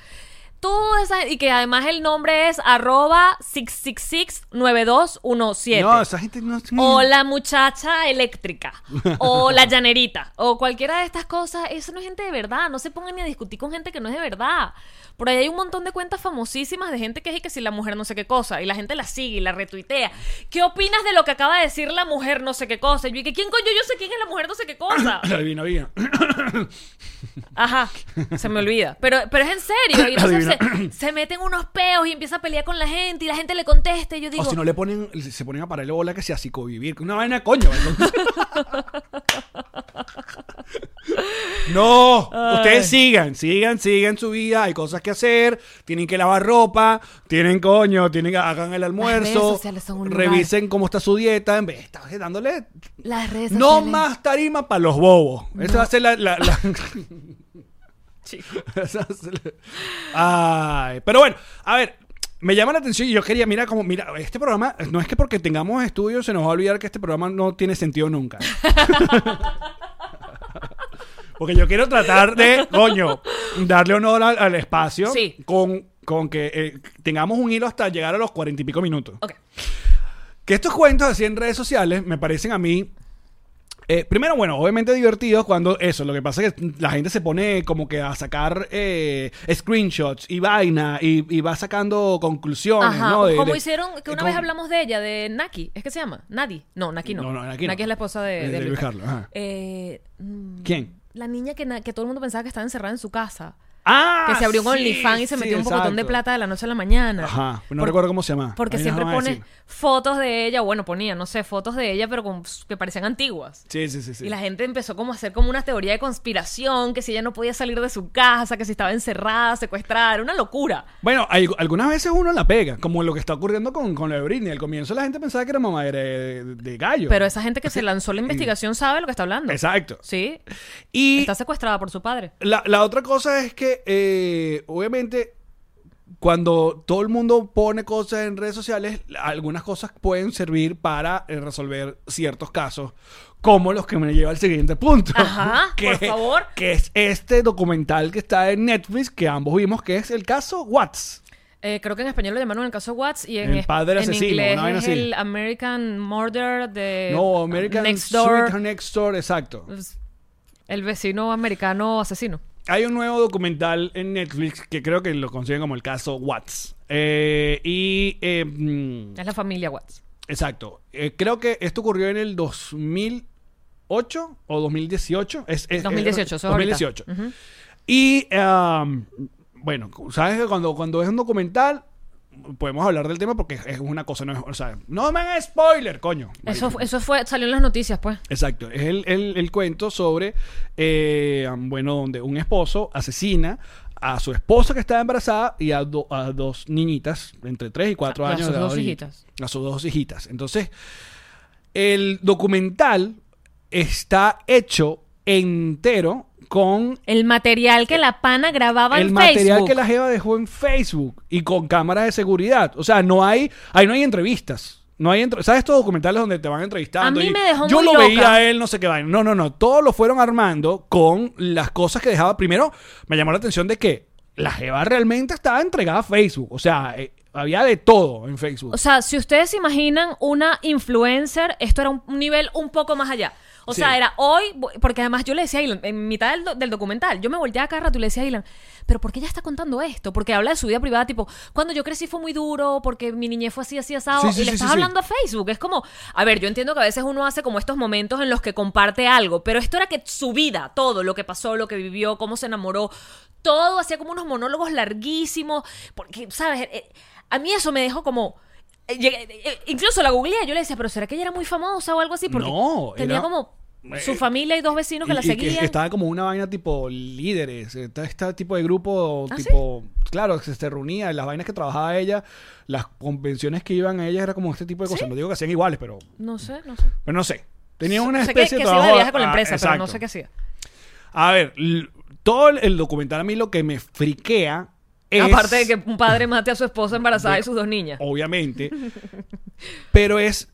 Speaker 2: Todo esa, y que además el nombre es arroba 666-9217.
Speaker 1: No, esa gente no es
Speaker 2: O la muchacha eléctrica. O la llanerita. O cualquiera de estas cosas. Eso no es gente de verdad. No se pongan ni a discutir con gente que no es de verdad. Por ahí hay un montón de cuentas famosísimas de gente que es y que si la mujer no sé qué cosa. Y la gente la sigue y la retuitea. ¿Qué opinas de lo que acaba de decir la mujer no sé qué cosa? Y yo, ¿y que quién coño yo sé quién es la mujer no sé qué cosa?
Speaker 1: Adivina bien.
Speaker 2: Ajá, se me olvida. Pero, pero es en serio. Y entonces
Speaker 1: Adivina.
Speaker 2: se, se meten unos peos y empieza a pelear con la gente y la gente le contesta. Y yo digo,
Speaker 1: O Oh, si no le ponen, se ponen a pararle bola que sea psicovivir. Una vaina coño. ¿vale? no, ustedes sigan, sigan, sigan su vida. Hay cosas que hacer. Tienen que lavar ropa. Tienen coño, tienen que hagan el
Speaker 2: redes
Speaker 1: almuerzo.
Speaker 2: sociales son un lugar.
Speaker 1: Revisen cómo está su dieta. En vez de estar dándole.
Speaker 2: las redes
Speaker 1: No
Speaker 2: sociales".
Speaker 1: más tarima para los bobos. Esa va a ser la- la- la...
Speaker 2: Chico.
Speaker 1: Esa se le- Ay, pero bueno, a ver, me llama la atención y yo quería, mira, como, mira, este programa, no es que porque tengamos estudios se nos va a olvidar que este programa no tiene sentido nunca. porque yo quiero tratar de, coño, darle honor al, al espacio
Speaker 2: Sí.
Speaker 1: con, con que eh, tengamos un hilo hasta llegar a los cuarenta y pico minutos.
Speaker 2: Ok.
Speaker 1: Que estos cuentos así en redes sociales me parecen a mí. eh, primero, bueno, obviamente divertidos cuando eso, lo que pasa es que la gente se pone como que a sacar eh, screenshots y vaina y, y va sacando conclusiones,
Speaker 2: Ajá,
Speaker 1: ¿no? De-
Speaker 2: como
Speaker 1: de-
Speaker 2: hicieron, que una
Speaker 1: con-
Speaker 2: vez hablamos de ella, de Naki, ¿es que se llama? Nadi. No, Naki no.
Speaker 1: No, no, Naki no.
Speaker 2: es la esposa de,
Speaker 1: De- de Luis Carlos, ajá.
Speaker 2: Eh, mm,
Speaker 1: ¿Quién?
Speaker 2: La niña que, na- que todo el mundo pensaba que estaba encerrada en su casa.
Speaker 1: ¡Ah!
Speaker 2: que se abrió con
Speaker 1: sí,
Speaker 2: OnlyFans y se
Speaker 1: sí,
Speaker 2: metió un pocotón de
Speaker 1: exacto.
Speaker 2: plata de la noche a la mañana.
Speaker 1: Ajá, no
Speaker 2: Por-
Speaker 1: recuerdo cómo se llama.
Speaker 2: Porque
Speaker 1: Ahí nos
Speaker 2: siempre
Speaker 1: van a
Speaker 2: pone
Speaker 1: decir.
Speaker 2: fotos de ella, bueno, ponía, no sé, fotos de ella, pero con- que parecían antiguas.
Speaker 1: Sí, sí, sí. sí.
Speaker 2: Y la gente empezó como a hacer como una teoría de conspiración, que si ella no podía salir de su casa, que si estaba encerrada, secuestrada, era una locura.
Speaker 1: Bueno, al- algunas veces uno la pega, como lo que está ocurriendo con, con lo de Britney. Al comienzo la gente pensaba que era mamá de, de gallo.
Speaker 2: Pero esa gente que se lanzó la investigación sabe lo que está hablando.
Speaker 1: Exacto.
Speaker 2: Sí.
Speaker 1: Y
Speaker 2: Está secuestrada por su padre.
Speaker 1: La, la otra cosa es que, eh, obviamente, cuando todo el mundo pone cosas en redes sociales, algunas cosas pueden servir para eh, resolver ciertos casos, como los que me lleva al siguiente punto.
Speaker 2: Ajá, por favor.
Speaker 1: Que es este documental que está en Netflix, que ambos vimos, que es el caso Watts.
Speaker 2: Eh, creo que en español lo llamaron en el caso Watts y en,
Speaker 1: El
Speaker 2: es-
Speaker 1: padre
Speaker 2: en
Speaker 1: asesino,
Speaker 2: inglés
Speaker 1: una vaina
Speaker 2: es
Speaker 1: así.
Speaker 2: el American Murder de
Speaker 1: no, American
Speaker 2: Eh, Next Door, Pues,
Speaker 1: Sweetheart Next Door, exacto.
Speaker 2: el vecino americano asesino.
Speaker 1: Hay un nuevo documental en Netflix que creo que lo consiguen como el caso Watts. Eh, y. eh, mm,
Speaker 2: Es la familia Watts.
Speaker 1: Exacto. Eh, creo que esto ocurrió en el 2008 o 2018. Es, es- es-
Speaker 2: 2018, eso es ahorita.
Speaker 1: 2018. Y um, bueno, sabes que cuando, cuando es un documental, podemos hablar del tema porque es una cosa, no es, o sea, no me hagan spoiler, coño.
Speaker 2: Eso, fu- eso fue, salió en las noticias, pues.
Speaker 1: Exacto, es el, el- el cuento sobre, eh, bueno, donde un esposo asesina a su esposa que estaba embarazada y a, do- a dos niñitas, entre 3 y 4
Speaker 2: A- a
Speaker 1: años.
Speaker 2: sus
Speaker 1: de
Speaker 2: dos
Speaker 1: edad, y-
Speaker 2: hijitas.
Speaker 1: A sus dos hijitas. Entonces, el documental está hecho entero con
Speaker 2: El material que la pana grababa
Speaker 1: el
Speaker 2: en
Speaker 1: material
Speaker 2: Facebook.
Speaker 1: que la Jeva dejó en Facebook y con cámaras de seguridad. O sea, no hay, ahí no hay entrevistas. No hay entre- ¿Sabes estos documentales donde te van entrevistando?
Speaker 2: A mí
Speaker 1: y
Speaker 2: me dejó
Speaker 1: Yo
Speaker 2: muy
Speaker 1: lo
Speaker 2: loca.
Speaker 1: veía a él, no sé qué vaina. No, no, no. Todos lo fueron armando con las cosas que dejaba. Primero, me llamó la atención de que la Jeva realmente estaba entregada a Facebook. O sea, eh, había de todo en Facebook.
Speaker 2: O sea, si ustedes se imaginan una influencer, esto era un un nivel un poco más allá. O
Speaker 1: Sí.
Speaker 2: sea, era hoy, bu- porque además yo le decía a Ilan, en mitad del, do- del documental, yo me volteaba cada rato y le decía a Ilan, pero ¿por qué ella está contando esto? Porque habla de su vida privada, tipo, cuando yo crecí fue muy duro, porque mi niñez fue así, así, asado,
Speaker 1: Sí, sí,
Speaker 2: y Ah, le
Speaker 1: sí, sí,
Speaker 2: estás
Speaker 1: sí.
Speaker 2: hablando a Facebook. Es como, a ver, yo entiendo que a veces uno hace como estos momentos en los que comparte algo, pero esto era que su vida, todo lo que pasó, lo que vivió, cómo se enamoró, todo hacía como unos monólogos larguísimos, porque, ¿sabes? Eh, eh, A mí eso me dejó como... eh, llegué- eh, Incluso la googleé, yo le decía, pero ¿será que ella era muy famosa o algo así? Porque
Speaker 1: No,
Speaker 2: tenía
Speaker 1: era-
Speaker 2: como su
Speaker 1: eh,
Speaker 2: familia y dos vecinos que
Speaker 1: Y-
Speaker 2: la
Speaker 1: y
Speaker 2: seguían.
Speaker 1: estaba como una vaina tipo líderes, está este tipo de grupo,
Speaker 2: ¿Ah,
Speaker 1: tipo, claro, se, se reunía, las vainas que trabajaba ella, las convenciones que iban a ella, era como este tipo de cosas. No digo que hacían iguales, pero,
Speaker 2: No sé, no sé.
Speaker 1: pero no sé. Tenía
Speaker 2: So-
Speaker 1: una
Speaker 2: sé que-
Speaker 1: especie
Speaker 2: que,
Speaker 1: de
Speaker 2: se iba de
Speaker 1: trabajo-
Speaker 2: viaje con la
Speaker 1: ah,
Speaker 2: empresa, pero no
Speaker 1: exacto.
Speaker 2: sé qué hacía.
Speaker 1: A ver, l- todo el, el documental a mí lo que me friquea es...
Speaker 2: Aparte de que un padre mate a su esposa embarazada y sus dos niñas.
Speaker 1: obviamente. pero es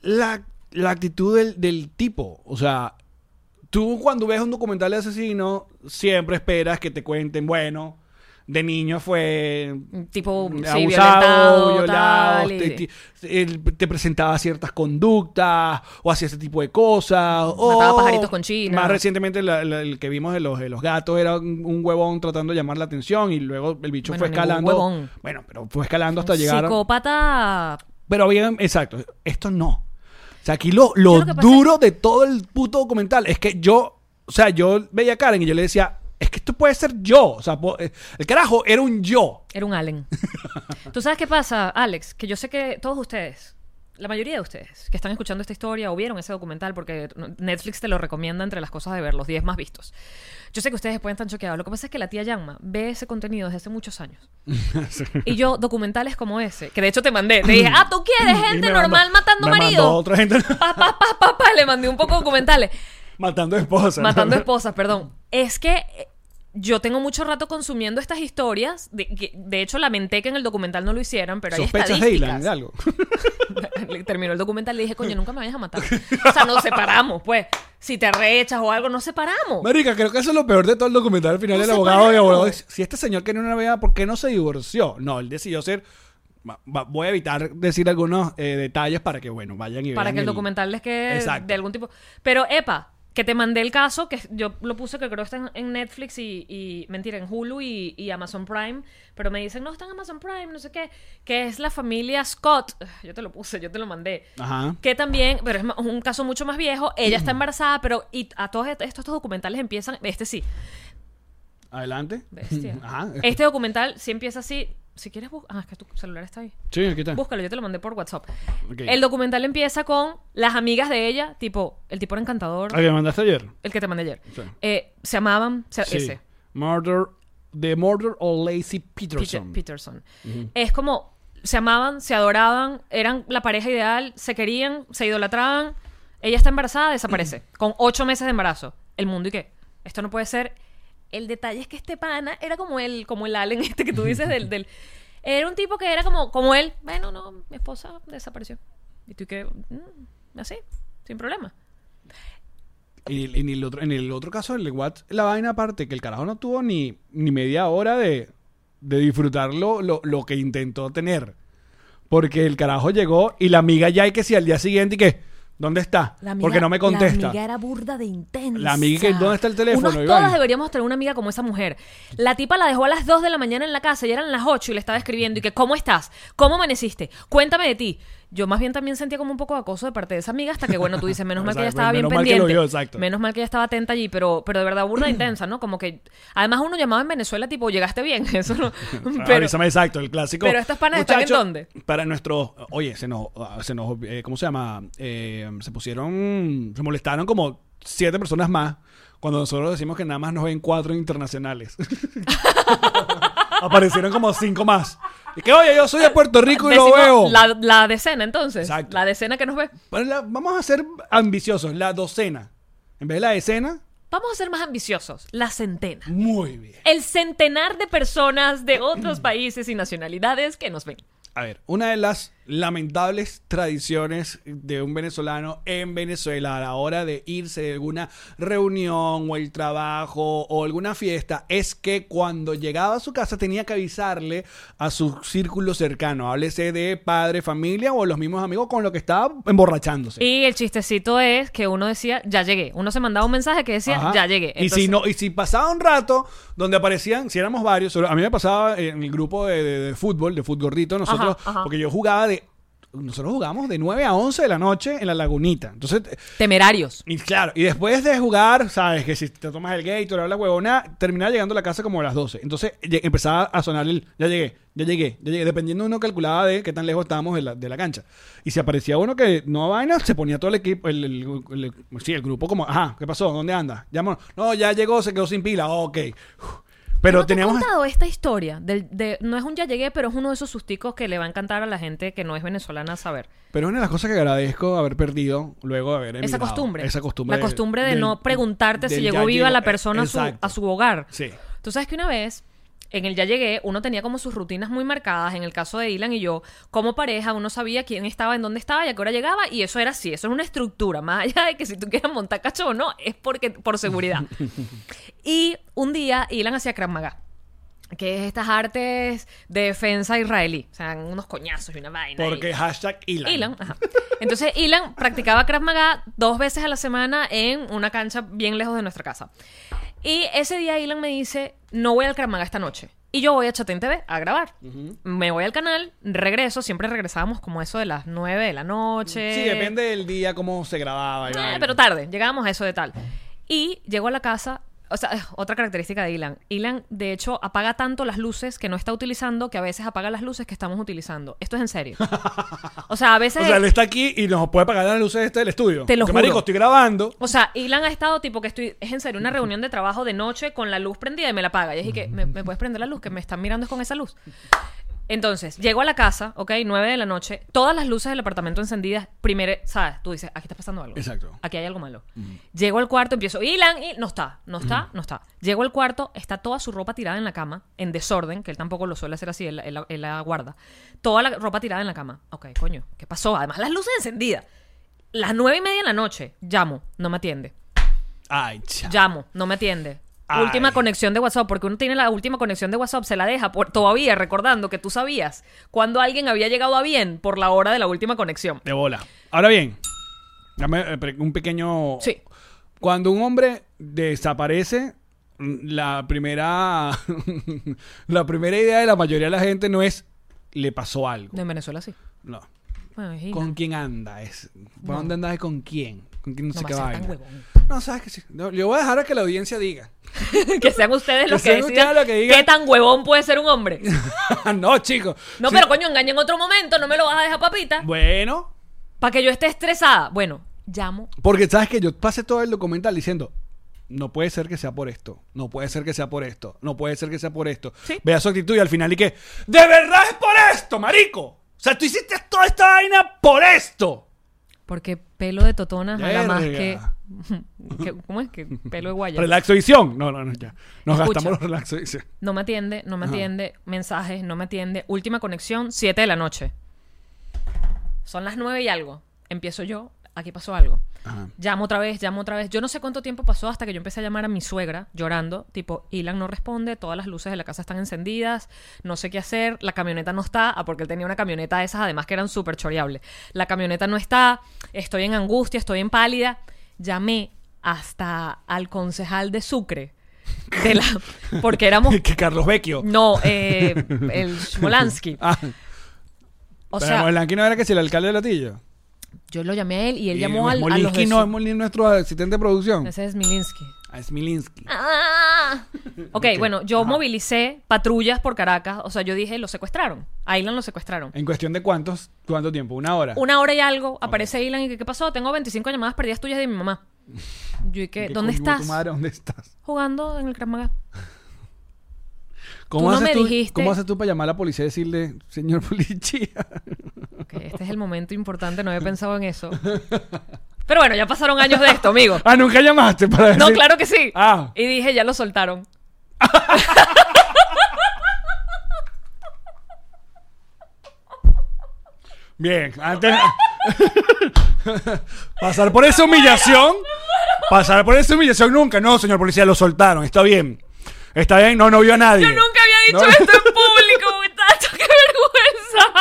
Speaker 1: la, la actitud del, del tipo. O sea, tú cuando ves un documental de asesino, siempre esperas que te cuenten, bueno, de niño fue
Speaker 2: Tipo, sí,
Speaker 1: Mm, abusado,
Speaker 2: violentado,
Speaker 1: violado,
Speaker 2: tal, y-
Speaker 1: te, te- él te presentaba ciertas conductas o hacía ese tipo de cosas.
Speaker 2: Mataba
Speaker 1: o-
Speaker 2: pajaritos con China.
Speaker 1: Más recientemente la- la- el que vimos de los, de los gatos era un, un huevón tratando de llamar la atención y luego el bicho
Speaker 2: Bueno,
Speaker 1: fue
Speaker 2: ningún
Speaker 1: escalando.
Speaker 2: huevón.
Speaker 1: Bueno, pero fue escalando hasta llegar a...
Speaker 2: Psicópata.
Speaker 1: Pero bien, exacto, esto no. O sea, aquí lo, lo
Speaker 2: lo que pasa
Speaker 1: duro de todo el puto documental es que yo, o sea, yo veía a Karen y yo le decía, es que esto puede ser yo. O sea, po- eh, el carajo era un yo.
Speaker 2: Era un Allen. ¿Tú sabes qué pasa, Alex? Que yo sé que todos ustedes, la mayoría de ustedes que están escuchando esta historia o vieron ese documental, porque Netflix te lo recomienda entre las cosas de ver, los 10 más vistos. Yo sé que ustedes pueden estar choqueados. Lo que pasa es que la tía Yanma ve ese contenido desde hace muchos años. Y yo, documentales como ese, que de hecho te mandé, te dije, ah, tú quieres
Speaker 1: Y
Speaker 2: gente
Speaker 1: me mandó-
Speaker 2: normal matando
Speaker 1: me mandó
Speaker 2: marido.
Speaker 1: otra gente
Speaker 2: Pa, pa, pa, pa, pa, le mandé un poco de documentales.
Speaker 1: matando esposas. ¿no?
Speaker 2: Matando esposas, perdón. Es que eh, yo tengo mucho rato consumiendo estas historias. De, que- de hecho, lamenté que en el documental no lo hicieran, pero hay
Speaker 1: Sospechas de Ilan,
Speaker 2: estadísticas.
Speaker 1: de algo.
Speaker 2: Le- Terminó el documental y le dije, coño, nunca me vayas a matar. O sea, nos separamos, pues. Si te rechas o algo, nos separamos.
Speaker 1: Marica, creo que eso es lo peor de todo el documental. Al final,
Speaker 2: No
Speaker 1: el
Speaker 2: se
Speaker 1: abogado de
Speaker 2: pararon.
Speaker 1: abogado dice, si este señor quería una vea, ¿por qué no se divorció? No, él decidió ser... va- va- voy a evitar decir algunos eh, detalles para que, bueno, vayan y vean
Speaker 2: Para que el documental les quede
Speaker 1: Exacto.
Speaker 2: de algún tipo. Pero, epa, que te mandé el caso, que yo lo puse que creo que está en, en Netflix y, y- mentira, en Hulu y, y Amazon Prime. Pero me dicen, no, está en Amazon Prime, no sé qué. Que es la familia Scott. Yo te lo puse, yo te lo mandé.
Speaker 1: Ajá.
Speaker 2: Que también, pero es ma- un caso mucho más viejo. Ella está embarazada, pero y a todos est- estos, documentales empiezan. Este sí.
Speaker 1: Adelante.
Speaker 2: Bestia.
Speaker 1: Mm, Ajá.
Speaker 2: Este documental sí empieza así. Si quieres, busca. Ah, es que tu celular está ahí.
Speaker 1: Sí, aquí está.
Speaker 2: Búscalo, yo te lo mandé por WhatsApp.
Speaker 1: Ok.
Speaker 2: El documental empieza con las amigas de ella, tipo, el tipo era encantador,
Speaker 1: Ah, que me mandaste ayer.
Speaker 2: el que te mandé ayer.
Speaker 1: Sí.
Speaker 2: Eh, se amaban, se,
Speaker 1: Sí.
Speaker 2: ese,
Speaker 1: Murder, The Murder o Lazy
Speaker 2: Peter-
Speaker 1: Peterson.
Speaker 2: Peterson. Es como, se amaban, se adoraban, eran la pareja ideal, se querían, se idolatraban. Ella está embarazada, desaparece, con ocho meses de embarazo. El mundo y qué. Esto no puede ser. El detalle es que este pana era como el, como el Allen este que tú dices del... del era un tipo que era como, como él. Bueno, no, mi esposa desapareció. Y tú que... mm, así, sin problema.
Speaker 1: Y en el otro, en el otro caso, el de Watt, la vaina aparte, que el carajo no tuvo ni, ni media hora de. de disfrutar lo, lo- lo que intentó tener. Porque el carajo llegó y la amiga ya hay que si al día siguiente y que, ¿dónde está?
Speaker 2: La amiga-
Speaker 1: Porque no me contesta.
Speaker 2: La amiga era burda de intensa.
Speaker 1: La amiga que, ¿dónde está el teléfono,
Speaker 2: Unos
Speaker 1: Iván?
Speaker 2: todas deberíamos tener una amiga como esa mujer. La tipa la dejó a las 2 de la mañana en la casa y eran las 8 y le estaba escribiendo y que, ¿cómo estás? ¿Cómo amaneciste? Cuéntame de ti. Yo más bien también sentía como un poco de acoso de parte de esa amiga hasta que, bueno, tú dices, menos mal que ella
Speaker 1: Exacto,
Speaker 2: estaba bien
Speaker 1: menos mal que lo
Speaker 2: pendiente.
Speaker 1: vio, exacto.
Speaker 2: Menos mal que ella estaba atenta allí, pero, pero de verdad burda de intensa, ¿no? Como que, además uno llamaba en Venezuela tipo, llegaste bien, eso no. Pero,
Speaker 1: Avísame exacto, el clásico.
Speaker 2: pero estos panas están en
Speaker 1: "Muchacho,
Speaker 2: dónde?"
Speaker 1: Para nuestros. Oye, se nos. Se nos eh, ¿Cómo se llama? Eh, se pusieron. Se molestaron como siete personas más cuando nosotros decimos que nada más nos ven cuatro internacionales. Aparecieron como cinco más. Y que, oye, yo soy de Puerto Rico y lo
Speaker 2: decimos
Speaker 1: veo.
Speaker 2: La, la decena entonces.
Speaker 1: Exacto.
Speaker 2: La decena que nos ve.
Speaker 1: Bueno, la- vamos a ser ambiciosos. La docena. En vez de la decena,
Speaker 2: Vamos a ser más ambiciosos. La centena.
Speaker 1: muy bien.
Speaker 2: El centenar de personas de otros países y nacionalidades que nos ven.
Speaker 1: A ver, una de las lamentables tradiciones de un venezolano en Venezuela a la hora de irse de alguna reunión o el trabajo o alguna fiesta es que cuando llegaba a su casa tenía que avisarle a su círculo cercano, háblese de padre, familia o los mismos amigos con los que estaba emborrachándose.
Speaker 2: Y el chistecito es que uno decía, ya llegué. Uno se mandaba un mensaje que decía,
Speaker 1: Ajá.
Speaker 2: ya llegué.
Speaker 1: y si
Speaker 2: Entonces,
Speaker 1: no, y si pasaba un rato donde aparecían, si éramos varios, solo- a mí me pasaba en el grupo de, de- de fútbol, de fútbol gordito, nosotros,
Speaker 2: Ajá, ajá.
Speaker 1: porque yo jugaba de, nosotros jugábamos de 9 a 11 de la noche en la lagunita. Entonces,
Speaker 2: Temerarios.
Speaker 1: y claro, y después de jugar, sabes que si te tomas el Gatorade o la huevona, terminaba llegando a la casa como a las 12. Entonces lle- empezaba a sonar el ya llegué, ya llegué, ya llegué. Dependiendo uno calculaba de qué tan lejos estábamos de la, de la cancha. Y si aparecía uno que no vaina, se ponía todo el equipo, el, el- el- sí, el grupo como, ajá, ¿qué pasó? ¿Dónde anda? Llamó, no, ya llegó, se quedó sin pila, oh, ok. Uf. Pero
Speaker 2: ¿No te he
Speaker 1: teníamos.
Speaker 2: contado esta historia. del- de- no es un ya llegué, pero es uno de esos susticos que le va a encantar a la gente que no es venezolana saber.
Speaker 1: Pero una de las cosas que agradezco haber perdido luego de haber
Speaker 2: Esa
Speaker 1: emigrado,
Speaker 2: costumbre.
Speaker 1: Esa costumbre.
Speaker 2: La costumbre de,
Speaker 1: del-
Speaker 2: no preguntarte si
Speaker 1: del
Speaker 2: llegó
Speaker 1: ya
Speaker 2: viva
Speaker 1: llegó.
Speaker 2: la persona a su,
Speaker 1: Exacto.
Speaker 2: a su hogar.
Speaker 1: Sí.
Speaker 2: Tú sabes que una vez, en el Ya Llegué, uno tenía como sus rutinas muy marcadas. En el caso de Dylan y yo, como pareja, uno sabía quién estaba, en dónde estaba y a qué hora llegaba. Y eso era así. Eso era una estructura. Más allá de que si tú quieras montar cacho o no, es porque por seguridad. y un día, Dylan hacía Krav Maga que es estas artes de defensa israelí. O sea, unos coñazos y una vaina. y-
Speaker 1: Porque hashtag Ilan.
Speaker 2: Ilan, ajá. Entonces Ilan practicaba Krav Maga dos veces a la semana en una cancha bien lejos de nuestra casa. Y ese día Ilan me dice, no voy al Krav Maga esta noche. Y yo voy a Chatén TV a grabar. Me voy al canal, regreso. Siempre regresábamos como eso de las 9 de la noche.
Speaker 1: Sí, depende del día, cómo se grababa. y
Speaker 2: Eh,
Speaker 1: vaina.
Speaker 2: pero tarde, llegábamos a eso de tal. Y llego a la casa, o sea, otra característica de Ilan. Ilan, de hecho, apaga tanto las luces que no está utilizando que a veces apaga las luces que estamos utilizando. Esto es en serio. O sea, a veces...
Speaker 1: O sea, él está aquí y nos puede pagar las luces este del estudio.
Speaker 2: Te lo
Speaker 1: Porque,
Speaker 2: juro.
Speaker 1: Marico, estoy grabando.
Speaker 2: O sea, Ilan ha estado tipo que estoy, es en serio, una reunión de trabajo de noche con la luz prendida y me la apaga. Y es que, ¿me, me puedes prender la luz? Que me están mirando es con esa luz. Entonces, llego a la casa, ok, 9 de la noche, todas las luces del apartamento encendidas, primero, ¿sabes? Tú dices, aquí está pasando algo.
Speaker 1: Exacto.
Speaker 2: Aquí hay algo malo. Llego al cuarto, empiezo, Ilan, y no está, no está, no está. Llego al cuarto, está toda su ropa tirada en la cama, en desorden, que él tampoco lo suele hacer así, él, él- él la guarda. Toda la ropa tirada en la cama. Ok, coño, ¿qué pasó? Además, las luces encendidas. Las nueve y media de la noche, llamo, no me atiende.
Speaker 1: Ay, cha.
Speaker 2: Llamo, no me atiende.
Speaker 1: Ay.
Speaker 2: Última conexión de WhatsApp, porque uno tiene la última conexión de WhatsApp, se la deja por- todavía recordando que tú sabías cuando alguien había llegado a bien por la hora de la última conexión.
Speaker 1: De bola. Ahora bien, dame eh, pre- un pequeño.
Speaker 2: Sí.
Speaker 1: Cuando un hombre desaparece, mm, la primera. la primera idea de la mayoría de la gente no es le pasó algo.
Speaker 2: En Venezuela sí.
Speaker 1: No.
Speaker 2: Bueno, y-
Speaker 1: ¿Con quién anda? Es, ¿Para dónde andas y con quién? ¿Con quién no,
Speaker 2: No
Speaker 1: sé
Speaker 2: va a
Speaker 1: qué
Speaker 2: ser tan
Speaker 1: vaina?
Speaker 2: huevón.
Speaker 1: No, sabes que sí. No, Yo voy a dejar a que la audiencia diga.
Speaker 2: que sean ustedes los
Speaker 1: Que
Speaker 2: que,
Speaker 1: sean ustedes
Speaker 2: decidan
Speaker 1: los que digan.
Speaker 2: qué tan huevón puede ser un hombre.
Speaker 1: no, chicos.
Speaker 2: No,
Speaker 1: Sí.
Speaker 2: pero coño, engaña en otro momento, no me lo vas a dejar papita,
Speaker 1: Bueno,
Speaker 2: para que yo esté estresada. Bueno, llamo.
Speaker 1: Porque sabes que yo pasé todo el documental diciendo, no puede ser que sea por esto, no puede ser que sea por esto, no puede ser que sea por esto.
Speaker 2: Sí.
Speaker 1: Vea su actitud y al final y que, de verdad es por esto, marico. O sea, tú hiciste toda esta vaina por esto.
Speaker 2: Porque pelo de totona nada más que,
Speaker 1: Verga.
Speaker 2: que- ¿Cómo es que pelo de guaya?
Speaker 1: Relaxo edición. No, no, no, ya. Nos
Speaker 2: Escucha.
Speaker 1: gastamos los relaxo edición.
Speaker 2: No me atiende, no me atiende, mensajes, no me atiende. Última conexión, 7 de la noche. Son las 9 y algo. Empiezo yo, aquí pasó algo.
Speaker 1: Ajá.
Speaker 2: Llamo otra vez, llamo otra vez. Yo no sé cuánto tiempo pasó hasta que yo empecé a llamar a mi suegra llorando, tipo, Ilan no responde, todas las luces de la casa están encendidas, no sé qué hacer, la camioneta no está, ah, porque él tenía una camioneta de esas además que eran súper choreables. La camioneta no está, estoy en angustia, estoy en pálida. Llamé hasta al concejal de Sucre. de la- porque éramos
Speaker 1: que Carlos Vecchio.
Speaker 2: no, eh, el Smolansky.
Speaker 1: Ah,
Speaker 2: O
Speaker 1: pero
Speaker 2: sea,
Speaker 1: Blanqui no era que si el alcalde de Latillo.
Speaker 2: yo lo llamé a él y él
Speaker 1: Y
Speaker 2: llamó al, a los
Speaker 1: Smolinski
Speaker 2: de
Speaker 1: no,
Speaker 2: su-
Speaker 1: Smolinski es nuestro asistente de producción. Ah,
Speaker 2: Ese es Milinsky.
Speaker 1: A Smilinski.
Speaker 2: Ok, bueno, yo movilicé patrullas por Caracas. O sea, yo dije, lo secuestraron. A Ilan lo secuestraron.
Speaker 1: En cuestión de cuántos, cuánto tiempo, una hora.
Speaker 2: Una hora y algo, aparece Ilan y que, ¿qué pasó? Tengo 25 llamadas perdidas tuyas de mi mamá. Yo y que,
Speaker 1: ¿Qué
Speaker 2: ¿dónde
Speaker 1: coño, tu
Speaker 2: estás?
Speaker 1: madre, ¿Dónde estás?
Speaker 2: Jugando en el Krav Maga.
Speaker 1: ¿Cómo,
Speaker 2: no
Speaker 1: haces
Speaker 2: me
Speaker 1: tú,
Speaker 2: dijiste.
Speaker 1: ¿Cómo haces tú para llamar a la policía y decirle, señor policía?
Speaker 2: Ok, este es el momento importante, no había pensado en eso. Pero bueno, ya pasaron años de esto, amigo.
Speaker 1: ah, nunca llamaste para decir.
Speaker 2: No, claro que sí.
Speaker 1: Ah.
Speaker 2: Y dije, ya lo soltaron.
Speaker 1: Bien, antes. pasar por esa humillación. Pasar por esa humillación nunca. No, señor policía, lo soltaron. Está bien. Está bien, no, no vio a nadie.
Speaker 2: Yo nunca había dicho
Speaker 1: No.
Speaker 2: esto en público, muchacho, qué vergüenza.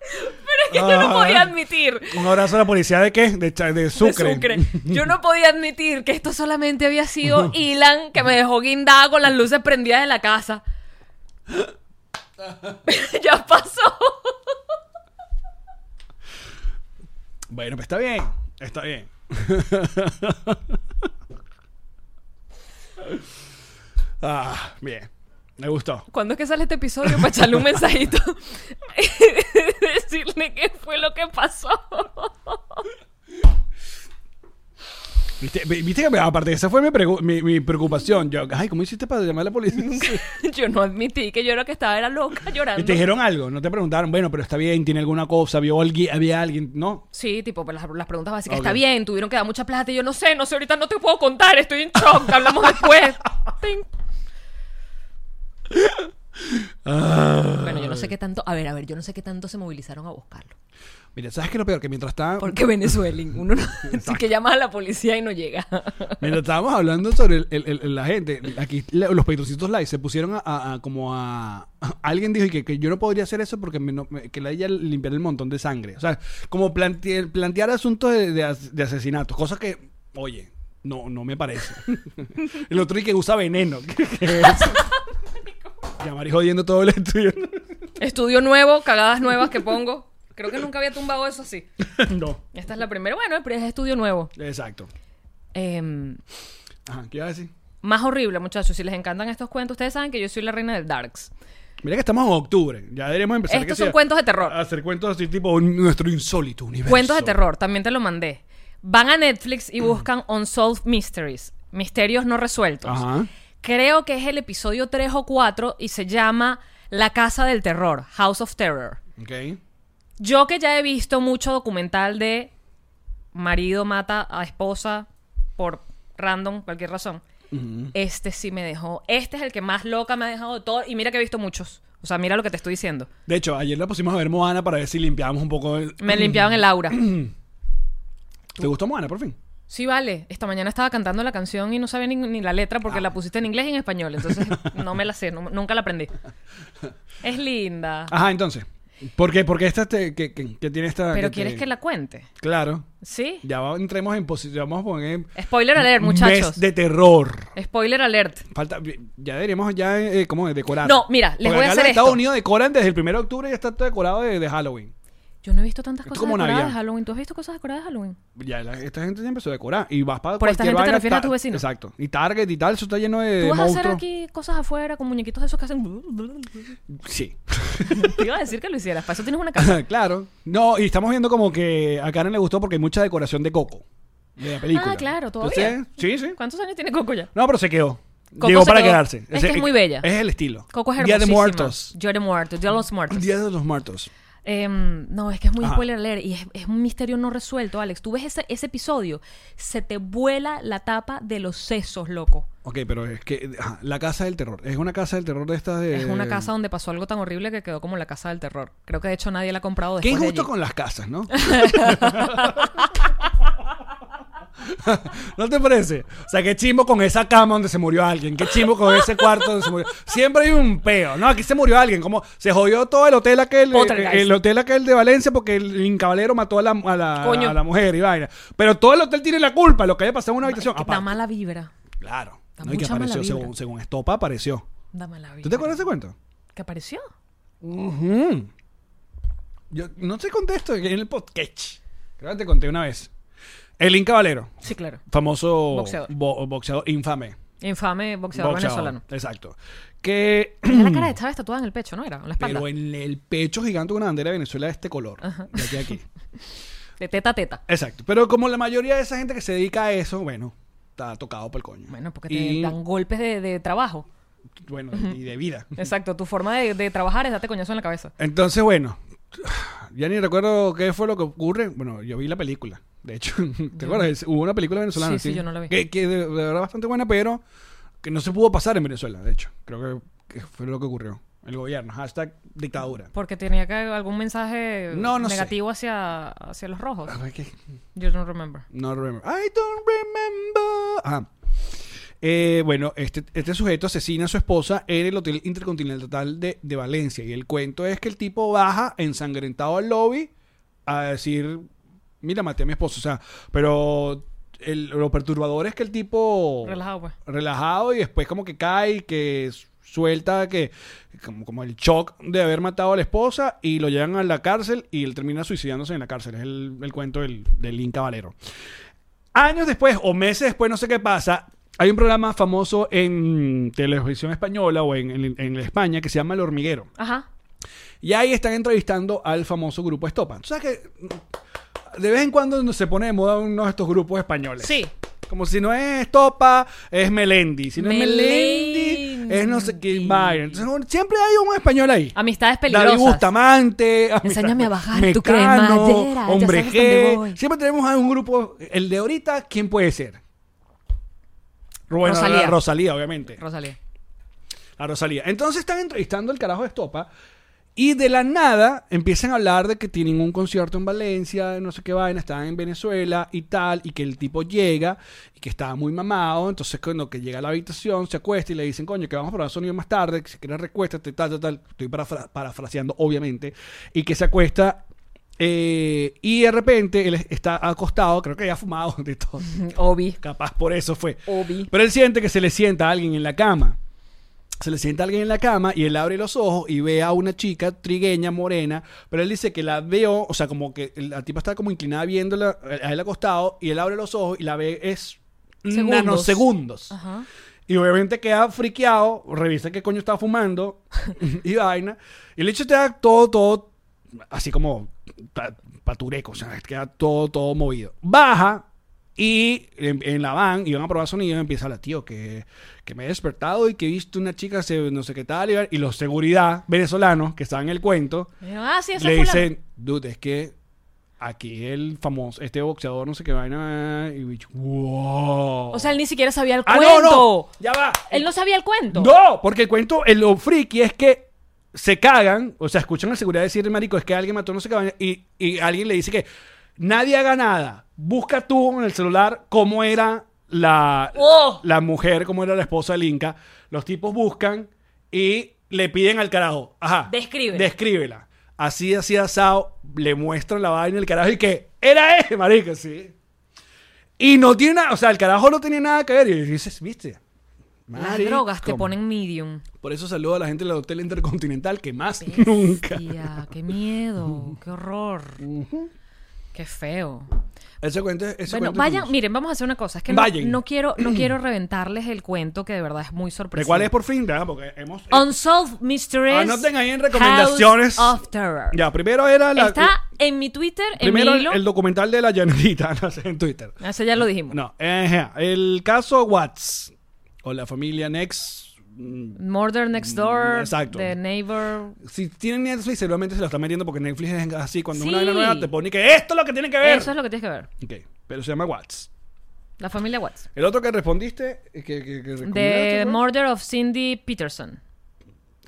Speaker 2: Pero es que yo no podía admitir.
Speaker 1: Un abrazo a la policía de qué? De, Cha- de
Speaker 2: de
Speaker 1: Ah. Sucre.
Speaker 2: Sucre. Yo no podía admitir que esto solamente había sido Ilan que me dejó guindada con las luces prendidas de la casa. ya pasó.
Speaker 1: Bueno, pues está bien. Está bien. ah, bien. Me gustó.
Speaker 2: ¿Cuándo es que sale este episodio? Para echarle un mensajito. Decirle qué fue lo que pasó.
Speaker 1: Viste, vi- viste que me- aparte esa fue mi, pregu- mi, mi preocupación. Yo, ay, ¿cómo hiciste para llamar a la policía?
Speaker 2: Yo no admití que yo lo que estaba era loca llorando.
Speaker 1: Y te dijeron algo, no te preguntaron, bueno, pero está bien, tiene alguna cosa, vio alguien, había alguien, no.
Speaker 2: Sí, tipo, pues, las, las preguntas básicas.
Speaker 1: Ok.
Speaker 2: Está bien, tuvieron que dar mucha plata. Y yo no sé, no sé, ahorita no te puedo contar. Estoy en shock. Hablamos después. Ting.
Speaker 1: Ah.
Speaker 2: Bueno, yo no sé qué tanto. A ver, a ver, yo no sé qué tanto se movilizaron a buscarlo.
Speaker 1: Mira, ¿sabes qué es lo peor? Que mientras estaba-
Speaker 2: Porque Venezuela, uno no. Así que llamas a la policía y no llega.
Speaker 1: mientras estábamos hablando sobre el- el- el- la gente, aquí la- los patroncitos live se pusieron a, a- a- como a, Alguien dijo y que, que yo no podría hacer eso porque me, no- me- que la ella limpiar el montón de sangre. O sea, como plante- plantear asuntos de, de as- de asesinatos, cosas que, oye, no, no me parece. el otro y que usa veneno. ¿Qué es? Llamar y jodiendo todo el estudio.
Speaker 2: Estudio nuevo, cagadas nuevas que pongo. Creo que nunca había tumbado eso así.
Speaker 1: no,
Speaker 2: Esta es la primera. Bueno, pero es estudio nuevo.
Speaker 1: exacto.
Speaker 2: Em,
Speaker 1: Ajá, ¿qué iba a decir?
Speaker 2: Más horrible, muchachos. Si les encantan estos cuentos, ustedes saben que yo soy la reina del darks.
Speaker 1: Mira que estamos en octubre. Ya deberíamos empezar Pues
Speaker 2: Estos
Speaker 1: que Ah,
Speaker 2: son
Speaker 1: sea-
Speaker 2: cuentos de terror.
Speaker 1: a hacer cuentos así tipo un- nuestro insólito universo.
Speaker 2: Cuentos de terror, también te lo mandé. Van a Netflix
Speaker 1: Mm.
Speaker 2: y buscan Unsolved Mysteries, misterios no resueltos.
Speaker 1: Ajá.
Speaker 2: Creo que es el episodio 3 o 4 y se llama La Casa del Terror, House of Terror.
Speaker 1: Ok.
Speaker 2: Yo que ya he visto mucho documental de marido mata a esposa por random, cualquier razón. Este sí me dejó. Este es el que más loca me ha dejado de todo. Y mira que he visto muchos. O sea, mira lo que te estoy diciendo.
Speaker 1: De hecho, ayer la pusimos a ver Moana para ver si limpiábamos un poco el...
Speaker 2: Me limpiaban el aura.
Speaker 1: ¿Te gustó Moana, por fin?
Speaker 2: Sí, vale. Esta mañana estaba cantando la canción y no sabía ni, ni la letra
Speaker 1: Ah.
Speaker 2: porque la pusiste en inglés y en español. Entonces no me la sé, no- nunca la aprendí. Es linda.
Speaker 1: Ajá, entonces. ¿Por qué? Porque esta te- que, que- que tiene esta...
Speaker 2: Pero
Speaker 1: te-
Speaker 2: quieres que la cuente.
Speaker 1: Claro.
Speaker 2: ¿Sí?
Speaker 1: Ya va- entremos en posición... Vamos a poner...
Speaker 2: Spoiler alert,
Speaker 1: Mes
Speaker 2: muchachos.
Speaker 1: de terror.
Speaker 2: Spoiler alert.
Speaker 1: Falta... Ya deberíamos ya, eh, ¿cómo? es? Decorar.
Speaker 2: No, mira, les
Speaker 1: Porque
Speaker 2: voy a
Speaker 1: acá
Speaker 2: hacer
Speaker 1: los Estados
Speaker 2: esto.
Speaker 1: Unidos decoran desde el 1 de octubre y ya está todo decorado de, de Halloween.
Speaker 2: Yo no he visto tantas
Speaker 1: Es
Speaker 2: cosas
Speaker 1: como
Speaker 2: decoradas
Speaker 1: Navidad.
Speaker 2: de Halloween. ¿Tú has visto cosas decoradas de Halloween?
Speaker 1: Ya, la- esta gente ya empezó a decorar. Y vas para
Speaker 2: Por esta
Speaker 1: cualquier
Speaker 2: gente te
Speaker 1: vaina,
Speaker 2: refieres
Speaker 1: ta-
Speaker 2: a tus vecinos.
Speaker 1: Exacto. Y Target y tal, eso está lleno de,
Speaker 2: Tú
Speaker 1: de
Speaker 2: vas a hacer
Speaker 1: monstruos.
Speaker 2: aquí cosas afuera con muñequitos de esos que hacen...
Speaker 1: Sí.
Speaker 2: Te iba a decir que lo hicieras. Para eso tienes una casa.
Speaker 1: claro. No, y estamos viendo como que a Karen le gustó porque hay mucha decoración de Coco. De la película.
Speaker 2: Ah, claro, todavía.
Speaker 1: Entonces, sí, sí.
Speaker 2: ¿Cuántos años tiene Coco ya?
Speaker 1: No, pero se quedó.
Speaker 2: Coco
Speaker 1: Llegó
Speaker 2: se
Speaker 1: para
Speaker 2: quedó.
Speaker 1: quedarse.
Speaker 2: Es que es muy bella.
Speaker 1: Es el estilo.
Speaker 2: Coco es
Speaker 1: Día
Speaker 2: hermosísima.
Speaker 1: de muertos.
Speaker 2: Día de muertos. Día de los muertos.
Speaker 1: Día de los muertos.
Speaker 2: Em, no, es que es muy
Speaker 1: Ajá.
Speaker 2: spoiler leer y es, es un misterio no resuelto, Alex. Tú ves ese, ese episodio, se te vuela la tapa de los sesos, loco.
Speaker 1: Ok, pero es que ajá, la casa del terror. Es una casa del terror de estas de...
Speaker 2: Es una casa donde pasó algo tan horrible que quedó como la casa del terror. Creo que de hecho nadie la ha comprado
Speaker 1: Qué
Speaker 2: después Pues, de
Speaker 1: injusto
Speaker 2: allí.
Speaker 1: con las casas, ¿no? ¿No te parece? O sea, qué chimbo con esa cama donde se murió alguien. Qué chimbo con ese cuarto donde se murió. Siempre hay un peo. No, aquí se murió alguien. Como se jodió todo el hotel aquel. El,
Speaker 2: Poltergeist.
Speaker 1: el hotel aquel de Valencia porque el incabalero mató a la, a la-
Speaker 2: Coño.
Speaker 1: a la mujer y vaina. Pero todo el hotel tiene la culpa. Lo que haya pasado en una
Speaker 2: Es que
Speaker 1: habitación.
Speaker 2: da
Speaker 1: Aparte.
Speaker 2: mala vibra.
Speaker 1: Claro.
Speaker 2: Da
Speaker 1: No, y que
Speaker 2: mucha mala
Speaker 1: apareció,
Speaker 2: vibra.
Speaker 1: según, según Estopa, apareció.
Speaker 2: Da mala vibra.
Speaker 1: ¿Tú te acuerdas de ese cuento?
Speaker 2: ¿Que apareció?
Speaker 1: Ujú. Yo no te contesto en el podcast. Creo que te conté una vez. El Inca Valero,
Speaker 2: Sí, claro.
Speaker 1: famoso
Speaker 2: Boxeador.
Speaker 1: bo- boxeador infame.
Speaker 2: Infame boxeador, venezolano.
Speaker 1: Exacto. Que
Speaker 2: Tenía la cara de Chávez tatuada en el pecho, ¿no era? En la espalda.
Speaker 1: pero en el pecho gigante una bandera de Venezuela de este color. De aquí a aquí.
Speaker 2: De teta a teta.
Speaker 1: Exacto. Pero como la mayoría de esa gente que se dedica a eso, bueno, está tocado por el coño.
Speaker 2: Bueno, porque te
Speaker 1: Y-
Speaker 2: dan golpes de, de trabajo.
Speaker 1: Bueno, y de vida.
Speaker 2: Exacto. Tu forma de, de trabajar es darte coñazo en la cabeza.
Speaker 1: Entonces, bueno, ya ni recuerdo qué fue lo que ocurre. Bueno, yo vi la película, de hecho. ¿Te acuerdas? Hubo una película venezolana.
Speaker 2: Sí, sí, yo no la vi.
Speaker 1: Que, que de, de verdad bastante buena, pero que no se pudo pasar en Venezuela, de hecho. Creo que, que fue lo que ocurrió. El gobierno, hashtag dictadura.
Speaker 2: Porque tenía que algún mensaje
Speaker 1: No, no sé.
Speaker 2: negativo hacia, hacia los rojos.
Speaker 1: Ah, ¿qué?
Speaker 2: Yo no remember.
Speaker 1: No remember. I don't remember. Ajá. Eh, bueno, este, este sujeto asesina a su esposa en el Hotel Intercontinental de, de Valencia. Y el cuento es que el tipo baja ensangrentado al lobby a decir, mira, maté a mi esposo. O sea, pero el- lo perturbador es que el tipo...
Speaker 2: Relajado, pues.
Speaker 1: Relajado y después como que cae y que suelta que como, como el shock de haber matado a la esposa y lo llevan a la cárcel y él termina suicidándose en la cárcel. Es el, el cuento del, del Inca Valero. Años después o meses después, no sé qué pasa, hay un programa famoso en televisión española o en, en- en España que se llama El Hormiguero.
Speaker 2: Ajá.
Speaker 1: Y ahí están entrevistando al famoso grupo Estopa. ¿Tú sabes que de vez en cuando se pone de moda uno de estos grupos españoles?
Speaker 2: Sí.
Speaker 1: Como si no es Estopa, es Melendi. Si no es Melendi,
Speaker 2: Melendi.
Speaker 1: es no sé qué vaina. Entonces, un- siempre hay un español ahí.
Speaker 2: Amistades
Speaker 1: David
Speaker 2: peligrosas.
Speaker 1: Bustamante.
Speaker 2: Enséñame a bajar tu
Speaker 1: Mecano,
Speaker 2: cremadera, ya
Speaker 1: Hombre
Speaker 2: sabes dónde
Speaker 1: G.
Speaker 2: voy.
Speaker 1: Siempre tenemos a un grupo. El de ahorita, ¿quién puede ser? Bueno,
Speaker 2: Rosalía.
Speaker 1: la Rosalía, obviamente.
Speaker 2: Rosalía.
Speaker 1: A Rosalía. Entonces están entrevistando al carajo de Estopa y de la nada empiezan a hablar de que tienen un concierto en Valencia, no sé qué vaina, están en Venezuela y tal, y que el tipo llega y que estaba muy mamado. Entonces, cuando que llega a la habitación, se acuesta y le dicen, coño, que vamos a probar sonido más tarde, que si quieres recuéstate, tal, tal, tal. Estoy parafra- parafraseando, obviamente, y que se acuesta. eh, y de repente él está acostado, creo que ya ha fumado de todo.
Speaker 2: Obi.
Speaker 1: Capaz por eso fue.
Speaker 2: Obi.
Speaker 1: Pero él siente que se le sienta alguien en la cama. Se le sienta alguien en la cama y él abre los ojos y ve a una chica trigueña, morena, pero él dice que la veo, o sea, como que la tipa está como inclinada viéndola eh, a él acostado y él abre los ojos y la ve es
Speaker 2: Segundos.
Speaker 1: nanosegundos.
Speaker 2: Ajá.
Speaker 1: Y obviamente queda friqueado, revisa qué coño estaba fumando y vaina. Y el hecho te da todo, todo, así como pa- patureco, o sea, queda todo, todo movido. Baja y en, en la van, iban a probar sonido, y empieza la tío, que, que me he despertado y que he visto una chica, se- no sé qué tal, y, y los seguridad venezolanos que estaban en el cuento,
Speaker 2: Dijeron, ah, sí, ese
Speaker 1: le
Speaker 2: fulano.
Speaker 1: dicen, dude, es que aquí el famoso, este boxeador, no sé qué vaina, y bicho, wow.
Speaker 2: O sea, él ni siquiera sabía el
Speaker 1: ah,
Speaker 2: cuento.
Speaker 1: no, no, ya va.
Speaker 2: Él no sabía el cuento.
Speaker 1: No, porque el cuento, el lo friki es que se cagan, o sea, escuchan a seguridad decir, marico, es que alguien mató, no sé qué, vaina", y, y alguien le dice que nadie haga nada, busca tú en el celular cómo era la,
Speaker 2: Oh.
Speaker 1: la mujer, cómo era la esposa del Inca. Los tipos buscan y le piden al carajo, ajá.
Speaker 2: Descríbela.
Speaker 1: Descríbela. Así, así, asado, le muestran la vaina el carajo y que era él, marico, sí. Y no tiene nada, o sea, el carajo no tenía nada que ver. Y dices, viste.
Speaker 2: Las
Speaker 1: Marico.
Speaker 2: drogas te ponen medium.
Speaker 1: Por eso saludo a la gente del Hotel Intercontinental que más nunca.
Speaker 2: Tía, qué miedo, qué horror. Qué feo.
Speaker 1: Ese cuento es. ese
Speaker 2: Bueno,
Speaker 1: cuento es
Speaker 2: vayan,
Speaker 1: famoso.
Speaker 2: miren, vamos a hacer una cosa. Es que no,
Speaker 1: Vayan.
Speaker 2: no quiero, no quiero reventarles el cuento que de verdad es muy
Speaker 1: ¿De
Speaker 2: sorpresivo.
Speaker 1: cuál es por fin? ¿verdad? Porque hemos.
Speaker 2: Oh. Unsolved Mysteries.
Speaker 1: Anoten ahí en recomendaciones.
Speaker 2: House of Terror.
Speaker 1: Ya, primero era la.
Speaker 2: Está en mi Twitter, en
Speaker 1: primero
Speaker 2: mi
Speaker 1: el,
Speaker 2: hilo. Ah,
Speaker 1: el documental de la llanerita no sé, en Twitter.
Speaker 2: Ese ya lo dijimos.
Speaker 1: No, ajá, el caso Watts o la familia Next. mm,
Speaker 2: Murder Next Door.
Speaker 1: Exacto.
Speaker 2: The Neighbor.
Speaker 1: Si tienen Netflix, seguramente se lo están metiendo porque Netflix es así. Cuando
Speaker 2: Sí.
Speaker 1: una vaina nueva te pone que esto es lo que tiene que ver.
Speaker 2: Eso es lo que tienes que ver.
Speaker 1: Ok, pero se llama Watts.
Speaker 2: La familia Watts.
Speaker 1: El otro que respondiste, eh, que, que, que recomendaste,
Speaker 2: The
Speaker 1: fue
Speaker 2: Murder of Cindy Peterson.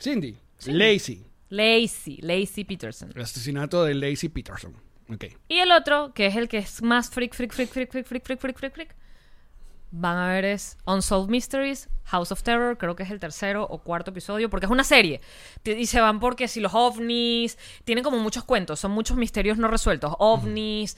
Speaker 1: Cindy. Lacey.
Speaker 2: Lacey, Lacey Peterson.
Speaker 1: El asesinato de Lacey Peterson. Ok.
Speaker 2: Y el otro, que es el que es más freak, freak, freak, freak, freak, freak, freak, freak, freak, freak. Van a ver es Unsolved Mysteries, House of Terror, creo que es el tercero o cuarto episodio, porque es una serie. Te- Y se van porque si los ovnis, tienen como muchos cuentos, son muchos misterios no resueltos. Ovnis,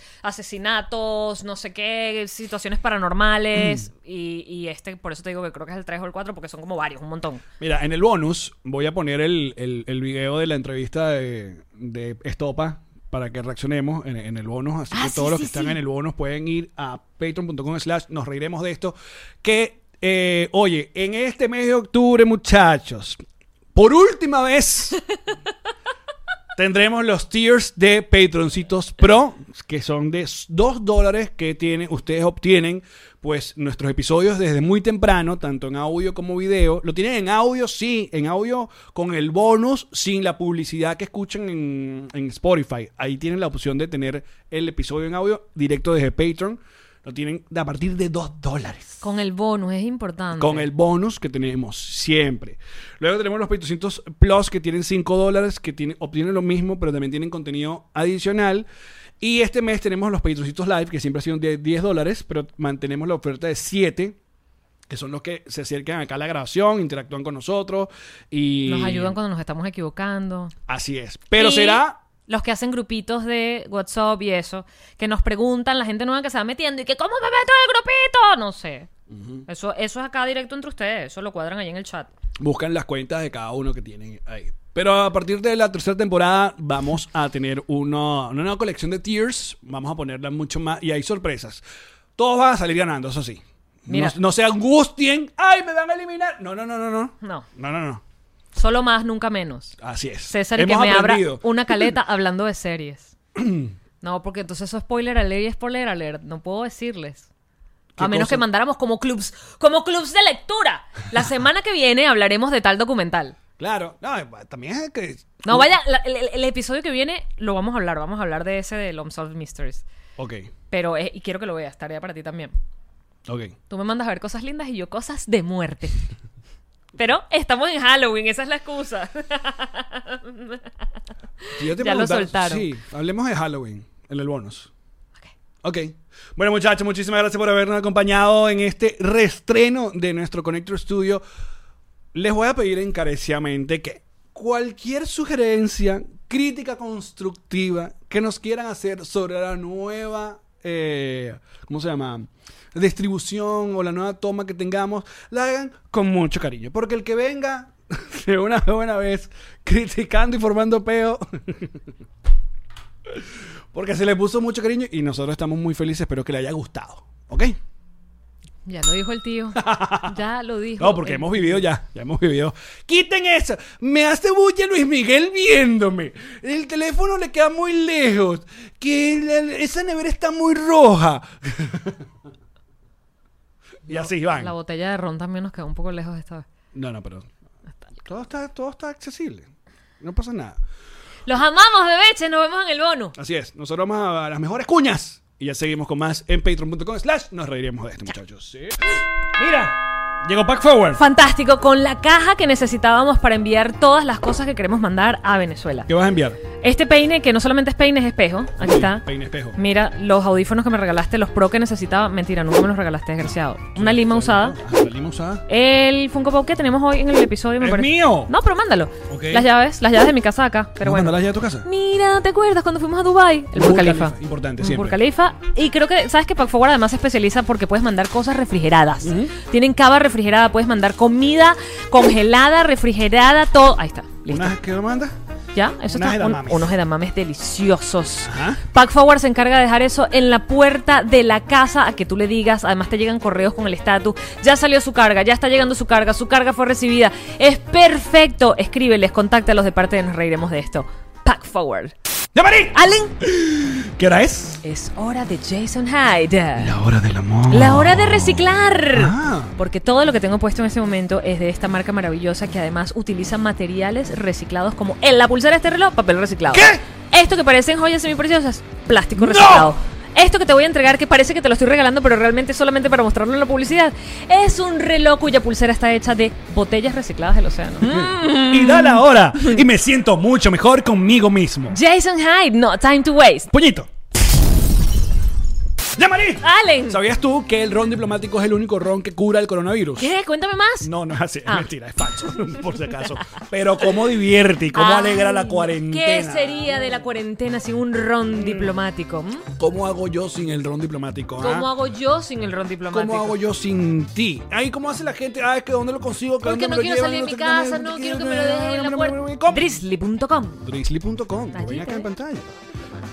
Speaker 2: asesinatos, no sé qué, situaciones paranormales. Y, y este, por eso te digo que creo que es el 3 o el 4, porque son como varios, un montón.
Speaker 1: Mira, en el bonus voy a poner el, el- el video de la entrevista de, de Estopa para que reaccionemos en, en el bonus. Así
Speaker 3: Ah,
Speaker 1: que
Speaker 3: sí,
Speaker 1: todos los
Speaker 3: sí,
Speaker 1: que están
Speaker 3: sí.
Speaker 1: en el bonus pueden ir a patreon.com slash nos reiremos de esto. Que, eh, oye, en este mes de octubre, muchachos, por última vez tendremos los tiers de Patroncitos Pro, que son de 2 dólares que tienen, ustedes obtienen, pues nuestros episodios desde muy temprano, tanto en audio como video. Lo tienen en audio, sí, en audio con el bonus, sin la publicidad que escuchan en, en Spotify. Ahí tienen la opción de tener el episodio en audio directo desde Patreon. Lo tienen a partir de 2 dólares.
Speaker 2: Con el bonus, es importante.
Speaker 1: Con el bonus que tenemos siempre. Luego tenemos los 800 Plus que tienen 5 dólares, que tiene- obtienen lo mismo, pero también tienen contenido adicional. Y este mes tenemos los 800 Live, que siempre ha sido de 10 dólares, pero mantenemos la oferta de 7, que son los que se acercan acá a la grabación, interactúan con nosotros y...
Speaker 2: Nos ayudan cuando nos estamos equivocando.
Speaker 1: Así es. Pero
Speaker 2: Y
Speaker 1: será...
Speaker 2: Los que hacen grupitos de WhatsApp y eso, que nos preguntan, la gente nueva que se va metiendo, y que ¿cómo me meto en el grupito? No sé. Eso, eso es acá directo entre ustedes, eso lo cuadran ahí en el chat.
Speaker 1: buscan las cuentas de cada uno que tienen ahí. Pero a partir de la tercera temporada vamos a tener uno- una nueva colección de tiers. Vamos a ponerla mucho más. Y hay sorpresas. Todos van a salir ganando, eso sí.
Speaker 2: Mira.
Speaker 1: No, no se angustien. ¡Ay, me van a eliminar! No, no, no, no, no.
Speaker 2: No.
Speaker 1: No, no, no.
Speaker 2: Solo más, nunca menos.
Speaker 1: Así es.
Speaker 2: César,
Speaker 1: Hemos
Speaker 2: que me
Speaker 1: aprendido.
Speaker 2: abra una caleta hablando de series. no, porque entonces eso es spoiler alert y spoiler alert. No puedo decirles.
Speaker 1: ¿Qué
Speaker 2: A menos
Speaker 1: cosa?
Speaker 2: que mandáramos como clubs, como clubs de lectura. La semana que viene hablaremos de tal documental.
Speaker 1: Claro. No, eh, también es que...
Speaker 2: No, vaya, la- el, el- el episodio que viene lo vamos a hablar, vamos a hablar de ese del Unsolved Mysteries.
Speaker 1: Ok,
Speaker 2: Pero eh, y quiero que lo veas, tarea para ti también.
Speaker 1: ok.
Speaker 2: Tú me mandas a ver cosas lindas y yo cosas de muerte. Pero estamos en Halloween, esa es la excusa.
Speaker 1: Si yo te
Speaker 2: Ya
Speaker 1: preguntara-
Speaker 2: lo soltaron.
Speaker 1: Sí, hablemos de Halloween en el bonus. Ok. Bueno, muchachos, muchísimas gracias por habernos acompañado en este reestreno de nuestro Connector Studio. Les voy a pedir encarecidamente que cualquier sugerencia, crítica constructiva que nos quieran hacer sobre la nueva, eh, ¿cómo se llama? Distribución o la nueva toma que tengamos, la hagan con mucho cariño. Porque el que venga de una buena vez criticando y formando peo, porque se le puso mucho cariño y nosotros estamos muy felices. Espero que le haya gustado. ¿Ok?
Speaker 2: Ya lo dijo el tío. Ya lo dijo.
Speaker 1: No, porque
Speaker 2: el-
Speaker 1: hemos vivido ya, ya hemos vivido. ¡Quiten eso! Me hace bulla Luis Miguel viéndome. El teléfono le queda muy lejos. Que la- esa nevera está muy roja. y así van.
Speaker 2: La botella de ron también nos quedó un poco lejos esta vez.
Speaker 1: No, no, pero. Todo está, todo está accesible. No pasa nada.
Speaker 2: Los amamos, bebeches, nos vemos en el bono.
Speaker 1: Así es, nosotros vamos a las mejores cuñas. Y ya seguimos con más en patreon.com slash. Nos reiremos de esto, muchachos. Sí. Mira, llegó Pack Forward.
Speaker 2: Fantástico, con la caja que necesitábamos para enviar todas las cosas que queremos mandar a Venezuela.
Speaker 1: ¿Qué vas a enviar?
Speaker 2: Este peine, que no solamente es peine, es espejo. Aquí está.
Speaker 1: Peine espejo.
Speaker 2: Mira, los audífonos que me regalaste, los pro que necesitaba. Mentira, nunca me los regalaste, desgraciado. Una lima usada.
Speaker 1: Ah, la lima usada.
Speaker 2: El Funko Pop que tenemos hoy en el episodio me
Speaker 1: ¡Es
Speaker 2: parece.
Speaker 1: mío!
Speaker 2: No, pero mándalo.
Speaker 1: Ok.
Speaker 2: Las llaves, las llaves de mi casa acá. Pero
Speaker 1: ¿No
Speaker 2: bueno.
Speaker 1: mandarás ya a tu casa?
Speaker 2: Mira, ¿te acuerdas cuando fuimos a Dubai? El
Speaker 1: Burj
Speaker 2: Burj
Speaker 1: Khalifa,
Speaker 2: Khalifa.
Speaker 1: importante,
Speaker 2: Un
Speaker 1: siempre.
Speaker 2: Burj Khalifa. Y creo que, ¿sabes que Pack Forward además se especializa porque puedes mandar cosas refrigeradas. Tienen cava refrigerada, puedes mandar comida congelada, refrigerada, todo. Ahí está. Listo.
Speaker 1: ¿Unas que lo manda?
Speaker 2: ¿Ya?
Speaker 1: Unas
Speaker 2: Eso está. un-
Speaker 1: edamames.
Speaker 2: unos edamames deliciosos.
Speaker 1: Ajá.
Speaker 2: Pack Forward se encarga de dejar eso en la puerta de la casa a que tú le digas. Además, te llegan correos con el estatus. Ya salió su carga, ya está llegando su carga, su carga fue recibida. Es perfecto. Escríbeles, contáctalos de parte de Nos Reiremos de esto. Pack Forward.
Speaker 1: ¡Ya, Marín!
Speaker 2: Allen,
Speaker 1: ¿Qué hora es?
Speaker 2: es hora de Jason Hyde.
Speaker 1: La hora del amor.
Speaker 2: La hora de reciclar.
Speaker 1: Ah.
Speaker 2: Porque todo lo que tengo puesto en este momento es de esta marca maravillosa que además utiliza materiales reciclados como en la pulsera de este reloj, papel reciclado.
Speaker 1: ¿Qué?
Speaker 2: Esto que parecen joyas semipreciosas, plástico reciclado. Esto que te voy a entregar, que parece que te lo estoy regalando, pero realmente es solamente para mostrarlo en la publicidad, es un reloj cuya pulsera está hecha de botellas recicladas del océano.
Speaker 1: Mm.
Speaker 2: Mm.
Speaker 1: Y da la hora. Y me siento mucho mejor conmigo mismo.
Speaker 2: Jason Hyde, no time to waste.
Speaker 1: Puñito. ¡Ya, Marí!
Speaker 2: Allen,
Speaker 1: ¿Sabías tú que el ron diplomático es el único ron que cura el coronavirus?
Speaker 2: ¿qué? Cuéntame más.
Speaker 1: No, no es así, es
Speaker 2: Ah.
Speaker 1: mentira, es falso, por si acaso. Pero cómo divierte y cómo
Speaker 2: Ay,
Speaker 1: alegra la cuarentena.
Speaker 2: Ah, ¿Qué sería de la cuarentena sin un ron diplomático? Mm. ¿m?
Speaker 1: ¿Cómo hago yo sin el ron diplomático? ah?
Speaker 2: ¿Cómo hago yo sin el ron diplomático?
Speaker 1: ¿Cómo hago yo sin ti? Ay, ¿cómo hace la gente? Ah, es que ¿dónde lo consigo? ¿Que dónde
Speaker 2: Porque no
Speaker 1: me lo
Speaker 2: quiero
Speaker 1: llevan?
Speaker 2: salir de mi
Speaker 1: sé qué,
Speaker 2: casa, no quiero que me lo dejen en la puerta.
Speaker 1: Com.
Speaker 2: Drizzly.com
Speaker 1: Drizzly.com, lo ven acá en
Speaker 2: Allí,
Speaker 1: pantalla.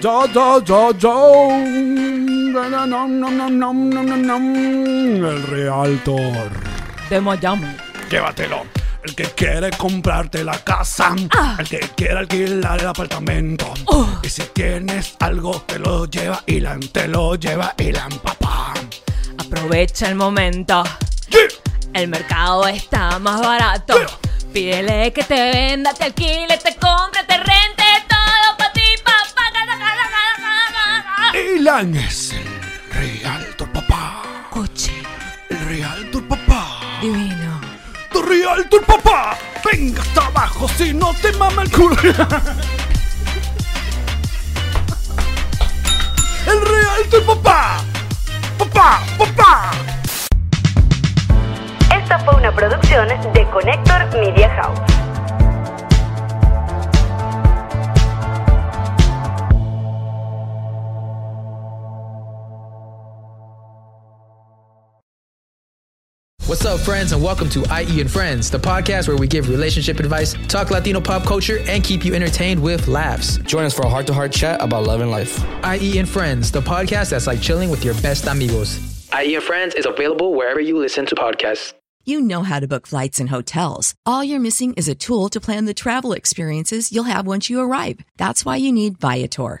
Speaker 1: Yo, yo, yo, yo. Na, na, nom, nom, nom, nom, nom, nom, nom. El Realtor.
Speaker 2: De Miami.
Speaker 1: Llévatelo. El que quiere comprarte la casa, el que quiere alquilar el apartamento. Y si tienes algo, te lo lleva Ilan, te lo lleva Ilan, papá.
Speaker 2: Aprovecha el momento.
Speaker 1: Yeah.
Speaker 2: El mercado está más barato. Pídele que te venda, te alquile, te compre, te rente todo para ti, papá.
Speaker 1: Eh. Elan es el Realtor Papá.
Speaker 2: Coche
Speaker 1: El Realtor Papá.
Speaker 2: divino.
Speaker 1: Tu Realtor Papá. Venga hasta abajo si no te mama el culo. El Realtor Papá. Papá, papá.
Speaker 5: Esta fue una producción de Connector Media House.
Speaker 6: What's up, friends, and welcome to IE and Friends, the podcast where we give relationship advice, talk Latino pop culture, and keep you entertained with laughs.
Speaker 7: Join us for a heart to heart chat about love and life.
Speaker 6: IE and Friends, the podcast that's like chilling with your best amigos.
Speaker 7: IE E and Friends is available wherever you listen to podcasts.
Speaker 8: You know how to book flights and hotels. All you're missing is a tool to plan the travel experiences you'll have once you arrive. That's why you need Viator.